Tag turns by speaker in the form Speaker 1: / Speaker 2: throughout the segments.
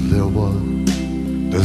Speaker 1: one, the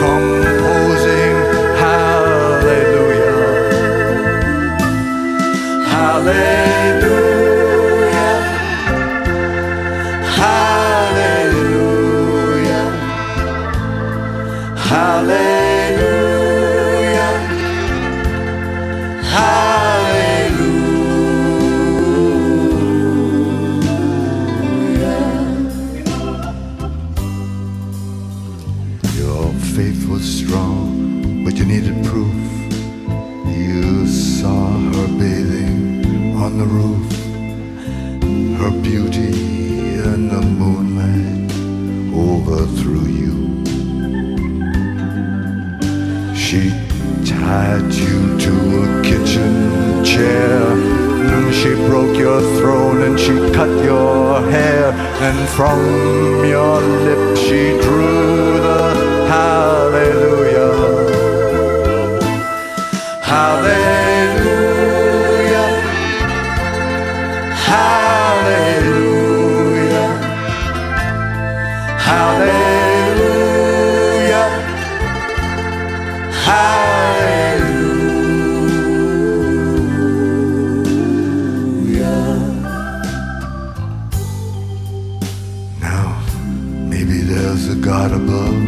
Speaker 1: composing hallelujah. Hallelujah. Hallelujah. Hallelujah. Hallelujah. Your faith was strong, but you needed proof. You saw her bathing on the roof. Her beauty in the moonlight overthrew you. She tied you to a kitchen chair. Then she broke your throne and she cut your hair. And from your lips she drew the hallelujah. Hallelujah. Hallelujah. Hallelujah. Hallelujah. Now, maybe there's a God above.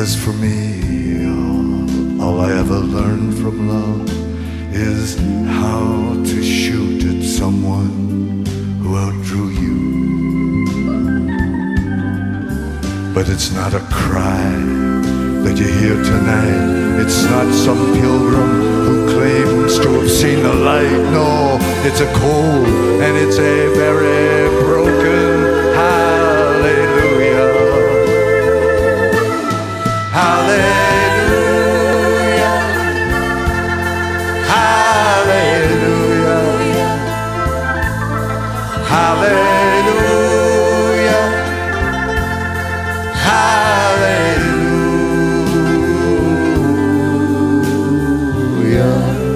Speaker 1: As for me, all, all I ever learned from love is how to shoot at someone who outdrew you. But it's not a cry that you hear tonight. It's not some pilgrim who claims to have seen the light. No, it's a cold and it's a very broken hallelujah. Hallelujah. Hallelujah. Hallelujah. Hallelujah.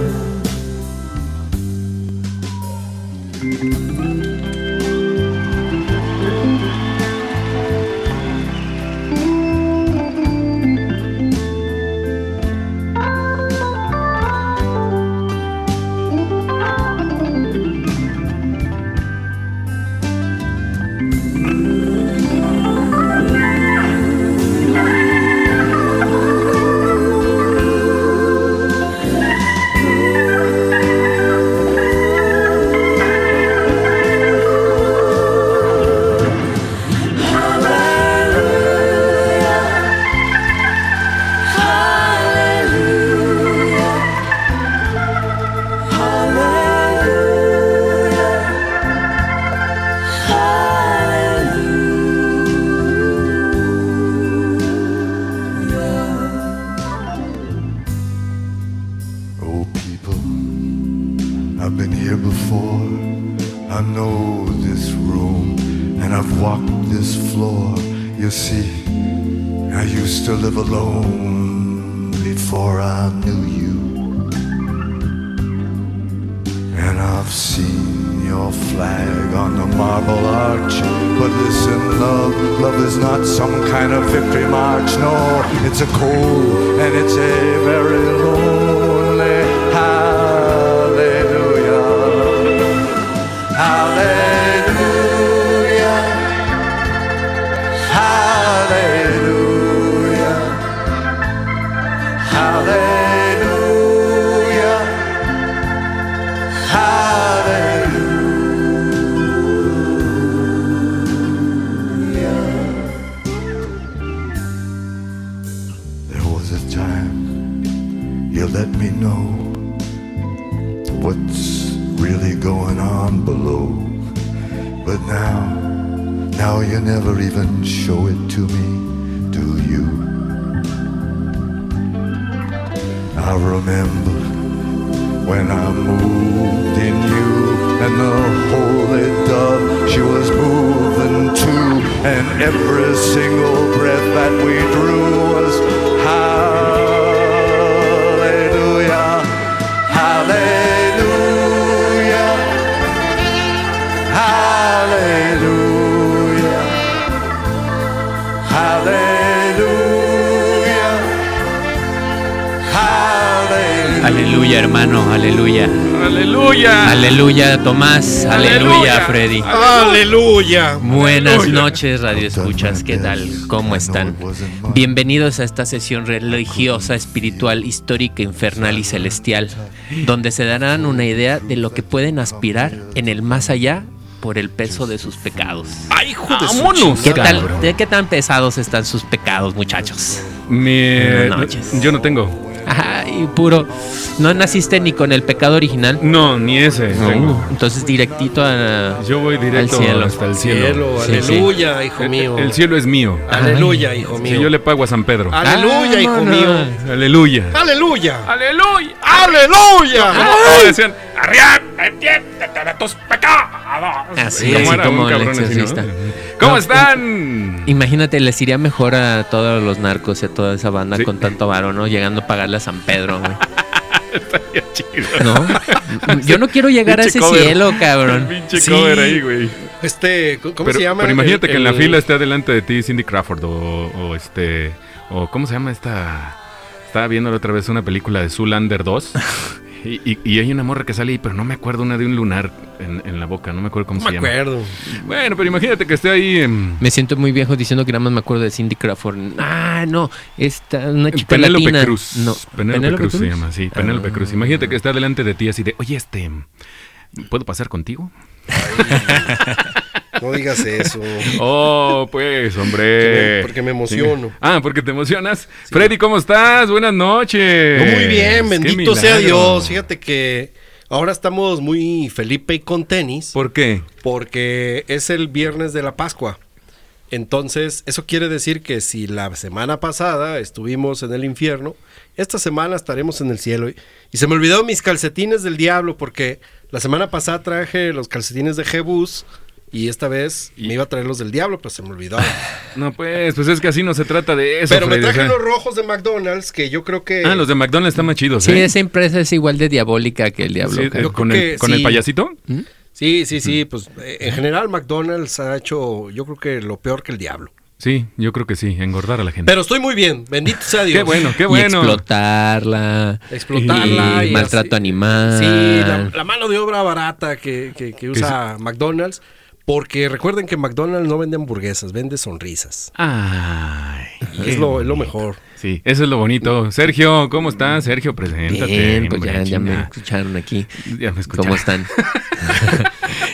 Speaker 1: Oh, people, I've been here before. I know this room and I've walked this floor. You see, I used to live alone before I knew you. And I've seen your flag on the marble arch. But listen, love, love is not some kind of victory march. No, it's a cold and it's a very lonely hallelujah. Hallelujah. Hallelujah. Hallelujah. Hallelujah. There was a time you let me know what's really going on below. But now, now you never even show it to me, do you? I remember when I moved in you and the holy dove she was moving too and every single breath that we drew was hallelujah hallelujah hallelujah hallelujah hallelujah
Speaker 2: Aleluya, hermano, aleluya.
Speaker 3: Aleluya.
Speaker 2: Aleluya, Tomás, aleluya,
Speaker 3: Aleluya.
Speaker 2: Freddy.
Speaker 4: Aleluya.
Speaker 2: Buenas
Speaker 4: Aleluya.
Speaker 2: noches, Radio Escuchas. ¿Qué tal? ¿Cómo están? Bienvenidos a esta sesión religiosa, espiritual, histórica, infernal y celestial, donde se darán una idea de lo que pueden aspirar en el más allá por el peso de sus pecados.
Speaker 4: Ay, hijo de su
Speaker 3: Vámonos.
Speaker 2: ¿Qué tal?
Speaker 4: cabrón.
Speaker 2: ¿De qué tan pesados están sus pecados, muchachos?
Speaker 3: Mi-
Speaker 2: Buenas noches.
Speaker 3: Yo no tengo.
Speaker 2: Ay, puro. No naciste ni con el pecado original.
Speaker 3: No, ni ese. tengo.
Speaker 2: Entonces directito a...
Speaker 3: Yo voy directo
Speaker 2: Al cielo.
Speaker 3: hasta el cielo.
Speaker 4: cielo.
Speaker 2: Sí, sí.
Speaker 4: Aleluya, hijo
Speaker 3: El,
Speaker 4: mío.
Speaker 3: el cielo es mío.
Speaker 4: Aleluya, hijo
Speaker 3: Si yo
Speaker 4: mío.
Speaker 3: le pago a San Pedro.
Speaker 4: Aleluya, hijo
Speaker 2: Vámonos.
Speaker 4: mío.
Speaker 3: Aleluya.
Speaker 4: Aleluya.
Speaker 3: Aleluya.
Speaker 4: Aleluya.
Speaker 3: Como decían, arrepiéntete de tus pecados.
Speaker 2: Así,
Speaker 3: ¿Cómo
Speaker 2: así
Speaker 3: era? Un
Speaker 2: como el
Speaker 3: cabrón así, ¿no?
Speaker 2: exorcista.
Speaker 3: ¿Cómo
Speaker 2: No, pues,
Speaker 3: están?
Speaker 2: Imagínate, les iría mejor a todos los narcos y a toda esa banda
Speaker 3: Sí.
Speaker 2: con tanto varón, ¿no? Llegando a pagarle a San Pedro, güey.
Speaker 3: Estaría chido.
Speaker 2: ¿No? Yo no quiero llegar a
Speaker 3: Pinche
Speaker 2: ese
Speaker 3: cover.
Speaker 2: cielo, cabrón.
Speaker 3: El pinche
Speaker 2: Sí.
Speaker 3: cover ahí, güey.
Speaker 4: Este, ¿cómo
Speaker 3: Pero,
Speaker 4: se llama?
Speaker 3: pero imagínate
Speaker 4: El-
Speaker 3: que en la
Speaker 4: el-
Speaker 3: fila este esté delante de ti Cindy Crawford o, o este. o ¿Cómo se llama esta? Estaba viendo la otra vez una película de Zoolander 2. Y, y- y hay una morra que sale ahí, pero no me acuerdo una de un lunar en, en la boca, no me acuerdo cómo
Speaker 4: No
Speaker 3: se
Speaker 4: me
Speaker 3: llama.
Speaker 4: acuerdo.
Speaker 3: Bueno, pero imagínate que esté ahí em,
Speaker 2: Me siento muy viejo diciendo que nada más me acuerdo de Cindy Crawford. Ah, no, esta una chica
Speaker 3: Penélope
Speaker 2: latina.
Speaker 3: Cruz.
Speaker 2: No,
Speaker 3: Penélope, Cruz, se llama, sí.
Speaker 2: Ah.
Speaker 3: Penélope Cruz. Imagínate que está delante de ti así de, oye, este, ¿puedo pasar contigo?
Speaker 4: No digas eso.
Speaker 3: Oh, pues,
Speaker 4: Porque
Speaker 3: hombre.
Speaker 4: me- porque me emociono.
Speaker 3: Sí. Ah, porque te emocionas. Freddy, ¿cómo estás? Buenas noches.
Speaker 4: No, muy bien,
Speaker 3: Pues, Qué
Speaker 4: bendito sea
Speaker 3: milagro.
Speaker 4: Dios. Fíjate que ahora estamos muy Felipe y con tenis
Speaker 3: ¿Por qué?
Speaker 4: porque es el viernes de la Pascua. Entonces, eso quiere decir que si la semana pasada estuvimos en el infierno, esta semana estaremos en el cielo. Y, y se me olvidó mis calcetines del diablo porque la semana pasada traje los calcetines de Jebus y esta vez me iba a traer los del diablo, pero se me olvidó.
Speaker 3: No, pues, pues es que así no se trata de eso.
Speaker 4: pero me
Speaker 3: Freddy, o
Speaker 4: traje
Speaker 3: sea.
Speaker 4: los rojos de McDonald's que yo creo que...
Speaker 3: Ah, los de McDonald's están más chidos,
Speaker 2: Sí,
Speaker 3: ¿eh?
Speaker 2: esa empresa es igual de diabólica que el diablo.
Speaker 3: Sí,
Speaker 2: cabrón.
Speaker 4: Yo
Speaker 3: con
Speaker 4: creo
Speaker 3: el,
Speaker 4: que
Speaker 3: con el
Speaker 4: sí.
Speaker 3: payasito.
Speaker 4: ¿Mm? Sí, sí, sí, pues eh, en general McDonald's ha hecho yo creo que lo peor que el diablo.
Speaker 3: Sí, yo creo que sí, engordar a la gente.
Speaker 4: Pero estoy muy bien, bendito sea Dios.
Speaker 3: qué bueno, qué
Speaker 2: Y
Speaker 3: bueno.
Speaker 2: explotarla.
Speaker 4: Explotarla
Speaker 2: y
Speaker 4: y
Speaker 2: maltrato
Speaker 4: así.
Speaker 2: animal.
Speaker 4: Sí, la, la mano de obra barata que, que- que usa McDonald's, porque recuerden que McDonald's no vende hamburguesas, vende sonrisas.
Speaker 3: Ay,
Speaker 4: Es lo, es lo mejor.
Speaker 3: Sí, eso es lo bonito. Sergio, ¿cómo estás? Sergio, preséntate.
Speaker 2: Bien, pues
Speaker 3: hombre,
Speaker 2: ya, ya me
Speaker 3: chingada.
Speaker 2: escucharon aquí.
Speaker 3: Ya me escucharon.
Speaker 2: ¿Cómo están?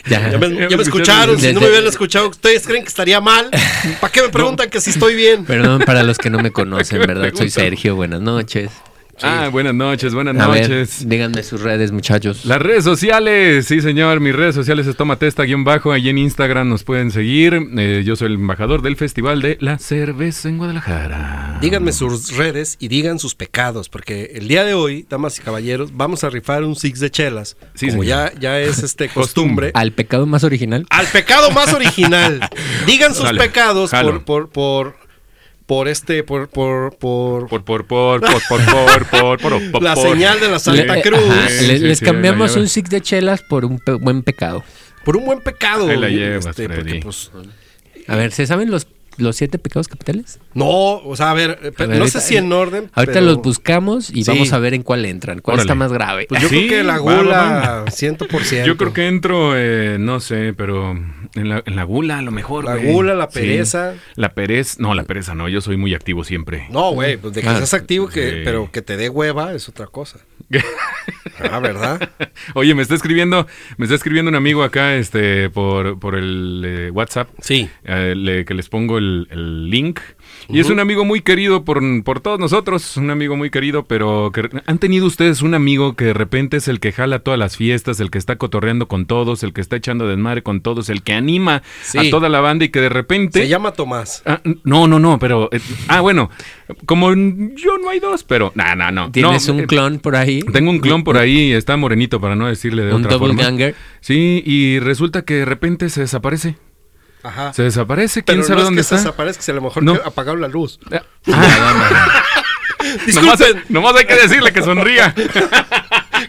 Speaker 2: ya.
Speaker 4: Ya me, ya me escucharon, si no me hubieran escuchado, ¿ustedes creen que estaría mal? ¿Para qué me preguntan que si estoy bien?
Speaker 2: Perdón para los que no me conocen, ¿verdad? Soy
Speaker 3: preguntan?
Speaker 2: Sergio, buenas noches.
Speaker 3: Ah, buenas noches, buenas
Speaker 2: A ver,
Speaker 3: noches.
Speaker 2: díganme sus redes, muchachos.
Speaker 3: Las redes sociales, sí señor, mis redes sociales es tomatesta-bajo, ahí en Instagram nos pueden seguir. Eh, yo soy el embajador del Festival de la Cerveza en Guadalajara.
Speaker 4: Díganme sus redes y digan sus pecados, porque el día de hoy, damas y caballeros, vamos a rifar un six de chelas,
Speaker 3: Sí,
Speaker 4: como
Speaker 3: señor.
Speaker 4: ya, ya es este costumbre.
Speaker 2: Al pecado más original.
Speaker 4: al pecado más original. Digan sus
Speaker 3: Jalo,
Speaker 4: pecados
Speaker 3: jalo.
Speaker 4: por, por, por, por este, por, por, por,
Speaker 3: Por, por, por, por, por, por, por, por, por,
Speaker 4: la
Speaker 3: por.
Speaker 4: señal de la Santa
Speaker 2: Le-
Speaker 4: Cruz.
Speaker 2: ajá,
Speaker 3: Sí,
Speaker 2: le-
Speaker 3: sí,
Speaker 2: les
Speaker 3: sí,
Speaker 2: cambiamos
Speaker 3: la lleva.
Speaker 2: un six de chelas por un pe- buen pecado.
Speaker 4: Por un buen pecado.
Speaker 3: Ahí la llevas, Freddy.
Speaker 4: porque, pues,
Speaker 2: A ver, ¿se saben los, los siete pecados capitales?
Speaker 4: no, o sea, a ver, eh,
Speaker 2: A
Speaker 4: pe-
Speaker 2: ver,
Speaker 4: no
Speaker 2: ahorita-
Speaker 4: sé si en orden.
Speaker 2: Ahorita
Speaker 4: pero,
Speaker 2: los buscamos y
Speaker 4: Sí.
Speaker 2: vamos a ver en cuál entran, cuál
Speaker 3: Órale.
Speaker 2: está más grave.
Speaker 4: Pues yo
Speaker 3: Sí,
Speaker 4: creo que la
Speaker 3: va, va,
Speaker 4: gula, 100%.
Speaker 3: Yo creo que entro, eh, no sé, pero en la, en la gula a lo mejor.
Speaker 4: La
Speaker 3: güey.
Speaker 4: gula, la
Speaker 3: Sí.
Speaker 4: pereza.
Speaker 3: La pereza, no, la pereza no, yo soy muy activo siempre.
Speaker 4: No, güey, pues de que
Speaker 2: Ah,
Speaker 4: seas activo, que,
Speaker 3: sí.
Speaker 4: pero que te dé hueva es otra cosa. ah, ¿verdad?
Speaker 3: Oye, me está escribiendo, me está escribiendo un amigo acá, este, por, por el eh, WhatsApp.
Speaker 4: Sí.
Speaker 3: eh, le- que les pongo el, el link. Y es un amigo muy querido por, por todos nosotros, un amigo muy querido, pero que, ¿han tenido ustedes un amigo que de repente es el que jala todas las fiestas, el que está cotorreando con todos, el que está echando desmadre con todos, el que anima
Speaker 4: Sí.
Speaker 3: a toda la banda y que de repente...
Speaker 4: Se llama Tomás.
Speaker 3: Ah, no, no, no, pero... eh, ah, bueno, Como en- yo no hay dos, pero. Nah, nah, no, no.
Speaker 2: ¿Tienes un
Speaker 3: eh,
Speaker 2: clon por ahí?
Speaker 3: Tengo un clon por ahí, está morenito para no decirle de
Speaker 2: ¿Un
Speaker 3: otra
Speaker 2: double
Speaker 3: forma.
Speaker 2: ganger?
Speaker 3: Sí, y resulta que de repente se desaparece.
Speaker 4: Ajá.
Speaker 3: Se desaparece, quién
Speaker 4: Pero
Speaker 3: sabe
Speaker 4: no es
Speaker 3: dónde
Speaker 4: que
Speaker 3: está.
Speaker 4: se desaparezca, se a lo mejor
Speaker 3: No.
Speaker 4: que apagaron la luz.
Speaker 3: Ah, nomás, nomás hay que decirle que sonría.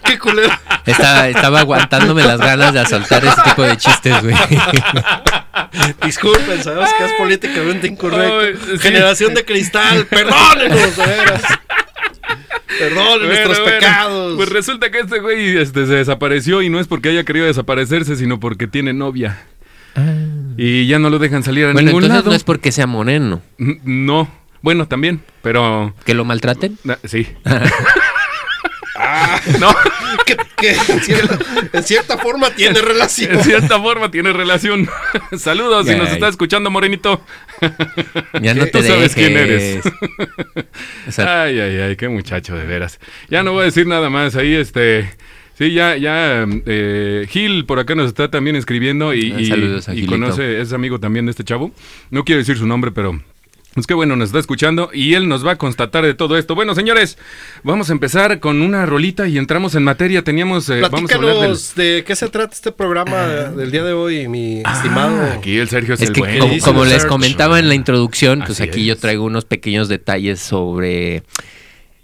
Speaker 4: qué culero.
Speaker 2: Estaba, estaba aguantándome las ganas de asaltar ese tipo de chistes, güey.
Speaker 4: Disculpen, sabemos que es políticamente incorrecto.
Speaker 3: Ay, sí.
Speaker 4: Generación de cristal, perdónenos, de veras. Perdonen
Speaker 3: Bueno,
Speaker 4: nuestros
Speaker 3: bueno,
Speaker 4: pecados.
Speaker 3: Pues resulta que este güey este, se desapareció y no es porque haya querido desaparecerse, sino porque tiene novia. Y ya no lo dejan salir a
Speaker 2: Ah. Bueno,
Speaker 3: ningún
Speaker 2: entonces
Speaker 3: lado.
Speaker 2: no es porque sea moreno.
Speaker 3: N- No. Bueno, también, pero.
Speaker 2: ¿Que lo maltraten?
Speaker 3: na- Sí. Ah, no,
Speaker 4: que, que en, cierta, en cierta forma tiene relación.
Speaker 3: en cierta forma tiene relación. Saludos, si nos
Speaker 2: Ay.
Speaker 3: está escuchando, Morenito.
Speaker 2: Ya no
Speaker 3: ¿Qué?
Speaker 2: te
Speaker 3: Tú sabes quién
Speaker 2: dejes. O sea,
Speaker 3: Ay, ay, ay, qué muchacho, de veras. Ya no voy a decir nada más. Ahí, este. Sí, ya, ya. eh, Gil por acá nos está también escribiendo y,
Speaker 2: Ah,
Speaker 3: y-
Speaker 2: saludos a
Speaker 3: y
Speaker 2: Gilito.
Speaker 3: conoce, es amigo también de este chavo. No quiero decir su nombre, pero. Es que bueno, nos está escuchando y él nos va a constatar de todo esto. Bueno, señores, vamos a empezar con una rolita y entramos en materia. Teníamos. eh, vamos a hablar del.
Speaker 4: Platícanos de qué se trata este programa del día de hoy, mi estimado.
Speaker 3: Ah, aquí el Sergio es,
Speaker 2: es
Speaker 3: el
Speaker 2: que
Speaker 3: bueno.
Speaker 2: como, como les
Speaker 4: Search.
Speaker 2: comentaba en la introducción, pues
Speaker 3: Así
Speaker 2: aquí yo
Speaker 3: es.
Speaker 2: traigo unos pequeños detalles sobre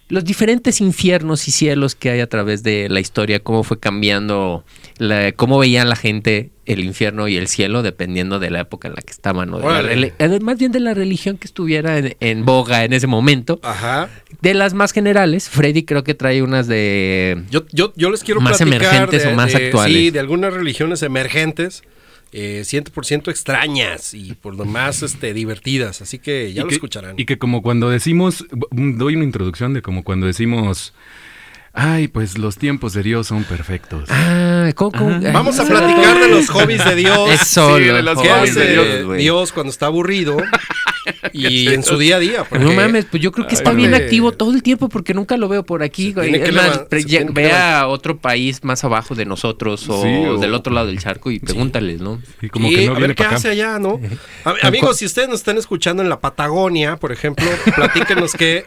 Speaker 2: los diferentes infiernos y cielos que hay a través de la historia, cómo fue cambiando, la- cómo veía la gente el infierno y el cielo dependiendo de la época en la que estaban, o de la
Speaker 4: Órale.
Speaker 2: reli- más bien de la religión que estuviera en, en boga en ese momento.
Speaker 4: Ajá.
Speaker 2: De las más generales, Freddy creo que trae unas de...
Speaker 4: Yo, yo, yo les quiero
Speaker 2: Más
Speaker 4: platicar
Speaker 2: emergentes
Speaker 4: de-
Speaker 2: o más
Speaker 4: de-
Speaker 2: actuales.
Speaker 4: Sí, de algunas religiones emergentes, eh, 100% extrañas y por lo más este, divertidas. Así que ya
Speaker 3: y
Speaker 4: lo
Speaker 3: que,
Speaker 4: escucharán.
Speaker 3: Y que como cuando decimos, bu- doy una introducción de como cuando decimos, ay, pues los tiempos de Dios son perfectos.
Speaker 2: Ah, ¿cómo- cómo?
Speaker 4: Vamos a
Speaker 2: Ah.
Speaker 4: platicar de los hobbies de Dios.
Speaker 2: Eso,
Speaker 3: Sí, de
Speaker 2: los
Speaker 3: las
Speaker 4: ¿Qué
Speaker 2: jóvenes,
Speaker 3: hobbies
Speaker 4: hace
Speaker 3: de
Speaker 2: Dios,
Speaker 4: Dios,
Speaker 2: güey.
Speaker 4: cuando está aburrido y en su día a día?
Speaker 2: no
Speaker 4: porque-
Speaker 2: mames, pues yo creo que
Speaker 4: Ay,
Speaker 2: está bien
Speaker 4: no.
Speaker 2: activo todo el tiempo porque nunca lo veo por aquí, güey.
Speaker 4: tiene que
Speaker 2: Es más,
Speaker 4: levan-
Speaker 2: pre-
Speaker 4: se
Speaker 2: ya-
Speaker 4: tiene que
Speaker 2: ve
Speaker 4: levantar.
Speaker 2: a otro país más abajo de nosotros o,
Speaker 3: Sí, o-
Speaker 2: del otro lado del charco y pregúntales, ¿no?
Speaker 3: Y como
Speaker 4: Y
Speaker 3: que no
Speaker 4: a
Speaker 3: viene
Speaker 4: ver qué
Speaker 3: para acá.
Speaker 4: hace allá, ¿no? Am- Amigos, si ustedes nos están escuchando en la Patagonia, por ejemplo, platíquenos qué,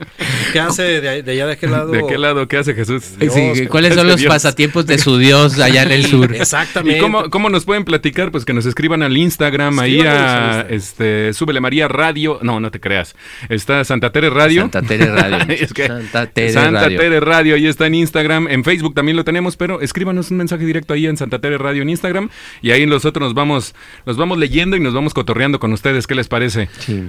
Speaker 4: qué hace de, de allá de aquel lado.
Speaker 3: ¿De qué lado? ¿Qué hace Jesús?
Speaker 2: Sí,
Speaker 3: Dios,
Speaker 2: ¿Cuáles son
Speaker 3: este
Speaker 2: los
Speaker 3: Dios.
Speaker 2: pasatiempos de su Dios allá en el sur?
Speaker 4: Exactamente.
Speaker 3: ¿Y cómo, cómo nos pueden platicar? Pues que nos escriban al Instagram, ahí
Speaker 4: Escríbanos
Speaker 3: a
Speaker 4: al Instagram.
Speaker 3: este, Súbele María Radio. No, no te creas. Está Santa Tere Radio.
Speaker 2: Santa Tere Radio.
Speaker 3: Es que-
Speaker 2: Santa Tere
Speaker 3: Santa
Speaker 2: Radio.
Speaker 3: Tere Radio, ahí está en Instagram. En Facebook también lo tenemos, pero escríbanos un mensaje directo ahí en Santa Tere Radio en Instagram. Y ahí nosotros nos vamos, nos vamos leyendo y nos vamos cotorreando con ustedes. ¿Qué les parece?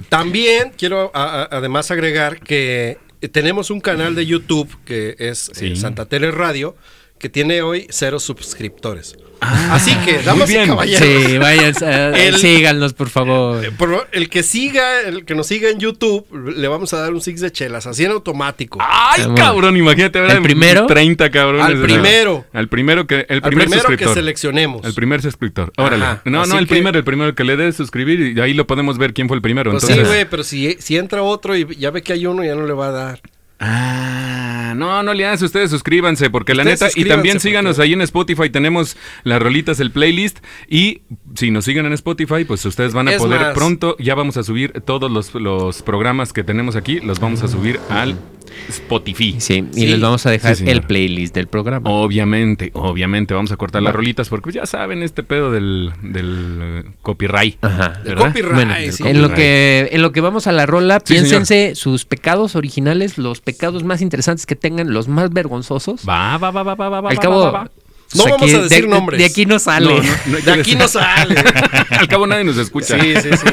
Speaker 4: También quiero a- a- además agregar que tenemos un canal de YouTube que es eh,
Speaker 3: Sí.
Speaker 4: Santa Tele Radio que tiene hoy cero suscriptores. Así que, damas y
Speaker 3: Ah, bien.
Speaker 4: caballeros,
Speaker 2: Sí, vayan, eh,
Speaker 4: El- Eh,
Speaker 2: síganos, por favor.
Speaker 4: por favor, el que siga, el que nos siga en YouTube, le vamos a dar un six de chelas, así en automático.
Speaker 3: ¡Ay,
Speaker 2: Amor.
Speaker 3: cabrón! Imagínate, ¿verdad?
Speaker 2: ¿El primero?
Speaker 3: 30 cabrones.
Speaker 4: Al
Speaker 3: ¿no?
Speaker 4: primero.
Speaker 3: Al primero que. El
Speaker 4: al
Speaker 3: primer
Speaker 4: primero que
Speaker 3: suscriptor.
Speaker 4: seleccionemos.
Speaker 3: Al primer suscriptor. Órale.
Speaker 4: Ajá.
Speaker 3: No,
Speaker 4: Así
Speaker 3: no, el
Speaker 4: que-
Speaker 3: primero, el primero que le dé suscribir y ahí lo podemos ver quién fue el primero.
Speaker 4: Pues sí,
Speaker 3: entonces-
Speaker 4: güey, pero si, si entra otro y ya ve que hay uno, ya no le va a dar.
Speaker 3: Ah, no, no le hagas, ustedes suscríbanse, porque la
Speaker 4: Ustedes
Speaker 3: neta, y también
Speaker 4: suscríbanse,
Speaker 3: síganos
Speaker 4: porque-
Speaker 3: ahí en Spotify, tenemos las rolitas, el playlist, y si nos siguen en Spotify, pues ustedes van a
Speaker 4: Es
Speaker 3: poder
Speaker 4: más-
Speaker 3: pronto, ya vamos a subir todos los, los programas que tenemos aquí, los vamos a subir al Spotify.
Speaker 2: Sí, y
Speaker 4: Sí.
Speaker 2: les vamos a dejar
Speaker 3: Sí, señor.
Speaker 2: el playlist del programa.
Speaker 3: Obviamente, obviamente, vamos a cortar las rolitas, porque ya saben este pedo del, del eh, copyright.
Speaker 2: Ajá.
Speaker 4: El
Speaker 3: ¿Verdad?
Speaker 4: copyright,
Speaker 2: Bueno,
Speaker 4: sí.
Speaker 2: en lo que en lo que vamos a la rola,
Speaker 3: Sí,
Speaker 2: piénsense sus pecados originales, los pecados más interesantes que tengan, los más vergonzosos.
Speaker 3: Va, va, va, va, va, va, va,
Speaker 2: Al
Speaker 3: va,
Speaker 2: cabo,
Speaker 3: va, va.
Speaker 4: No
Speaker 2: pues,
Speaker 4: vamos a
Speaker 2: de-
Speaker 4: decir
Speaker 2: de,
Speaker 4: nombres.
Speaker 2: De aquí no sale.
Speaker 3: No, no, no hay que
Speaker 4: De aquí
Speaker 3: decir-
Speaker 4: no sale.
Speaker 3: Al cabo nadie nos escucha.
Speaker 4: Sí, sí, sí.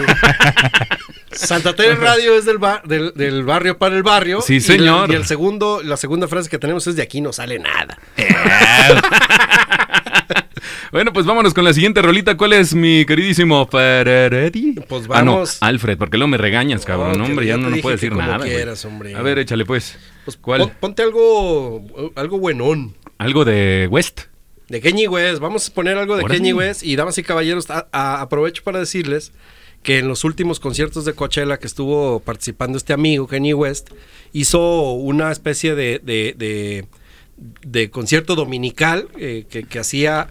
Speaker 4: Santa Tere Radio es del, ba- del, del barrio para el barrio.
Speaker 3: Sí,
Speaker 4: Y
Speaker 3: señor.
Speaker 4: la- Y, el segundo, la segunda frase que tenemos es de aquí no sale nada.
Speaker 3: Bueno, pues vámonos con la siguiente rolita. ¿Cuál es mi queridísimo Ferretti?
Speaker 4: Pues
Speaker 3: Ah, no,
Speaker 4: vamos.
Speaker 3: Alfred, porque luego me regañas, cabrón.
Speaker 4: No, que
Speaker 3: hombre, ya
Speaker 4: ya
Speaker 3: no,
Speaker 4: te
Speaker 3: no
Speaker 4: dije
Speaker 3: puedo
Speaker 4: que
Speaker 3: decir
Speaker 4: como
Speaker 3: nada. güey.
Speaker 4: quieras, hombre.
Speaker 3: A ver, échale pues.
Speaker 4: Pues
Speaker 3: ¿Cuál?
Speaker 4: pon- ponte algo, algo buenón.
Speaker 3: Algo de West.
Speaker 4: De Kenny West, vamos a poner algo de
Speaker 3: Órale.
Speaker 4: Kenny West y damas y caballeros, a- a- aprovecho para decirles que en los últimos conciertos de Coachella que estuvo participando este amigo, Kenny West, hizo una especie de, de- de- de concierto dominical eh, que, que hacía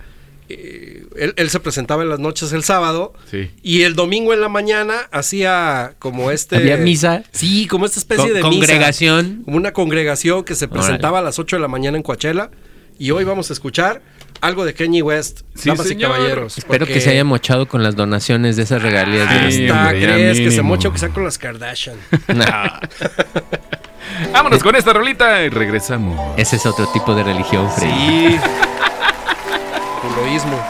Speaker 4: eh, él, él se presentaba en las noches el sábado
Speaker 3: Sí.
Speaker 4: y el domingo en la mañana hacía como este...
Speaker 2: Había misa.
Speaker 4: Sí, como esta especie
Speaker 2: Con-
Speaker 4: de misa.
Speaker 2: congregación.
Speaker 4: Como una congregación que se
Speaker 2: Órale.
Speaker 4: presentaba a las 8 de la mañana en Coachella. Y hoy vamos a escuchar algo de Kanye West,
Speaker 3: Sí,
Speaker 4: damas y
Speaker 3: señor.
Speaker 4: caballeros.
Speaker 2: Espero
Speaker 4: porque
Speaker 2: que se haya mochado con las donaciones de esas regalías. de
Speaker 3: Ah,
Speaker 2: los-
Speaker 3: Sí,
Speaker 4: Hasta
Speaker 3: hombre, ya
Speaker 4: crees que se
Speaker 3: mínimo.
Speaker 4: mocha o que sea con las Kardashian.
Speaker 2: No,
Speaker 3: Vámonos con esta rolita y regresamos.
Speaker 2: ese es otro tipo de religión, Freddy.
Speaker 4: Sí. Puloísmo.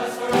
Speaker 5: Love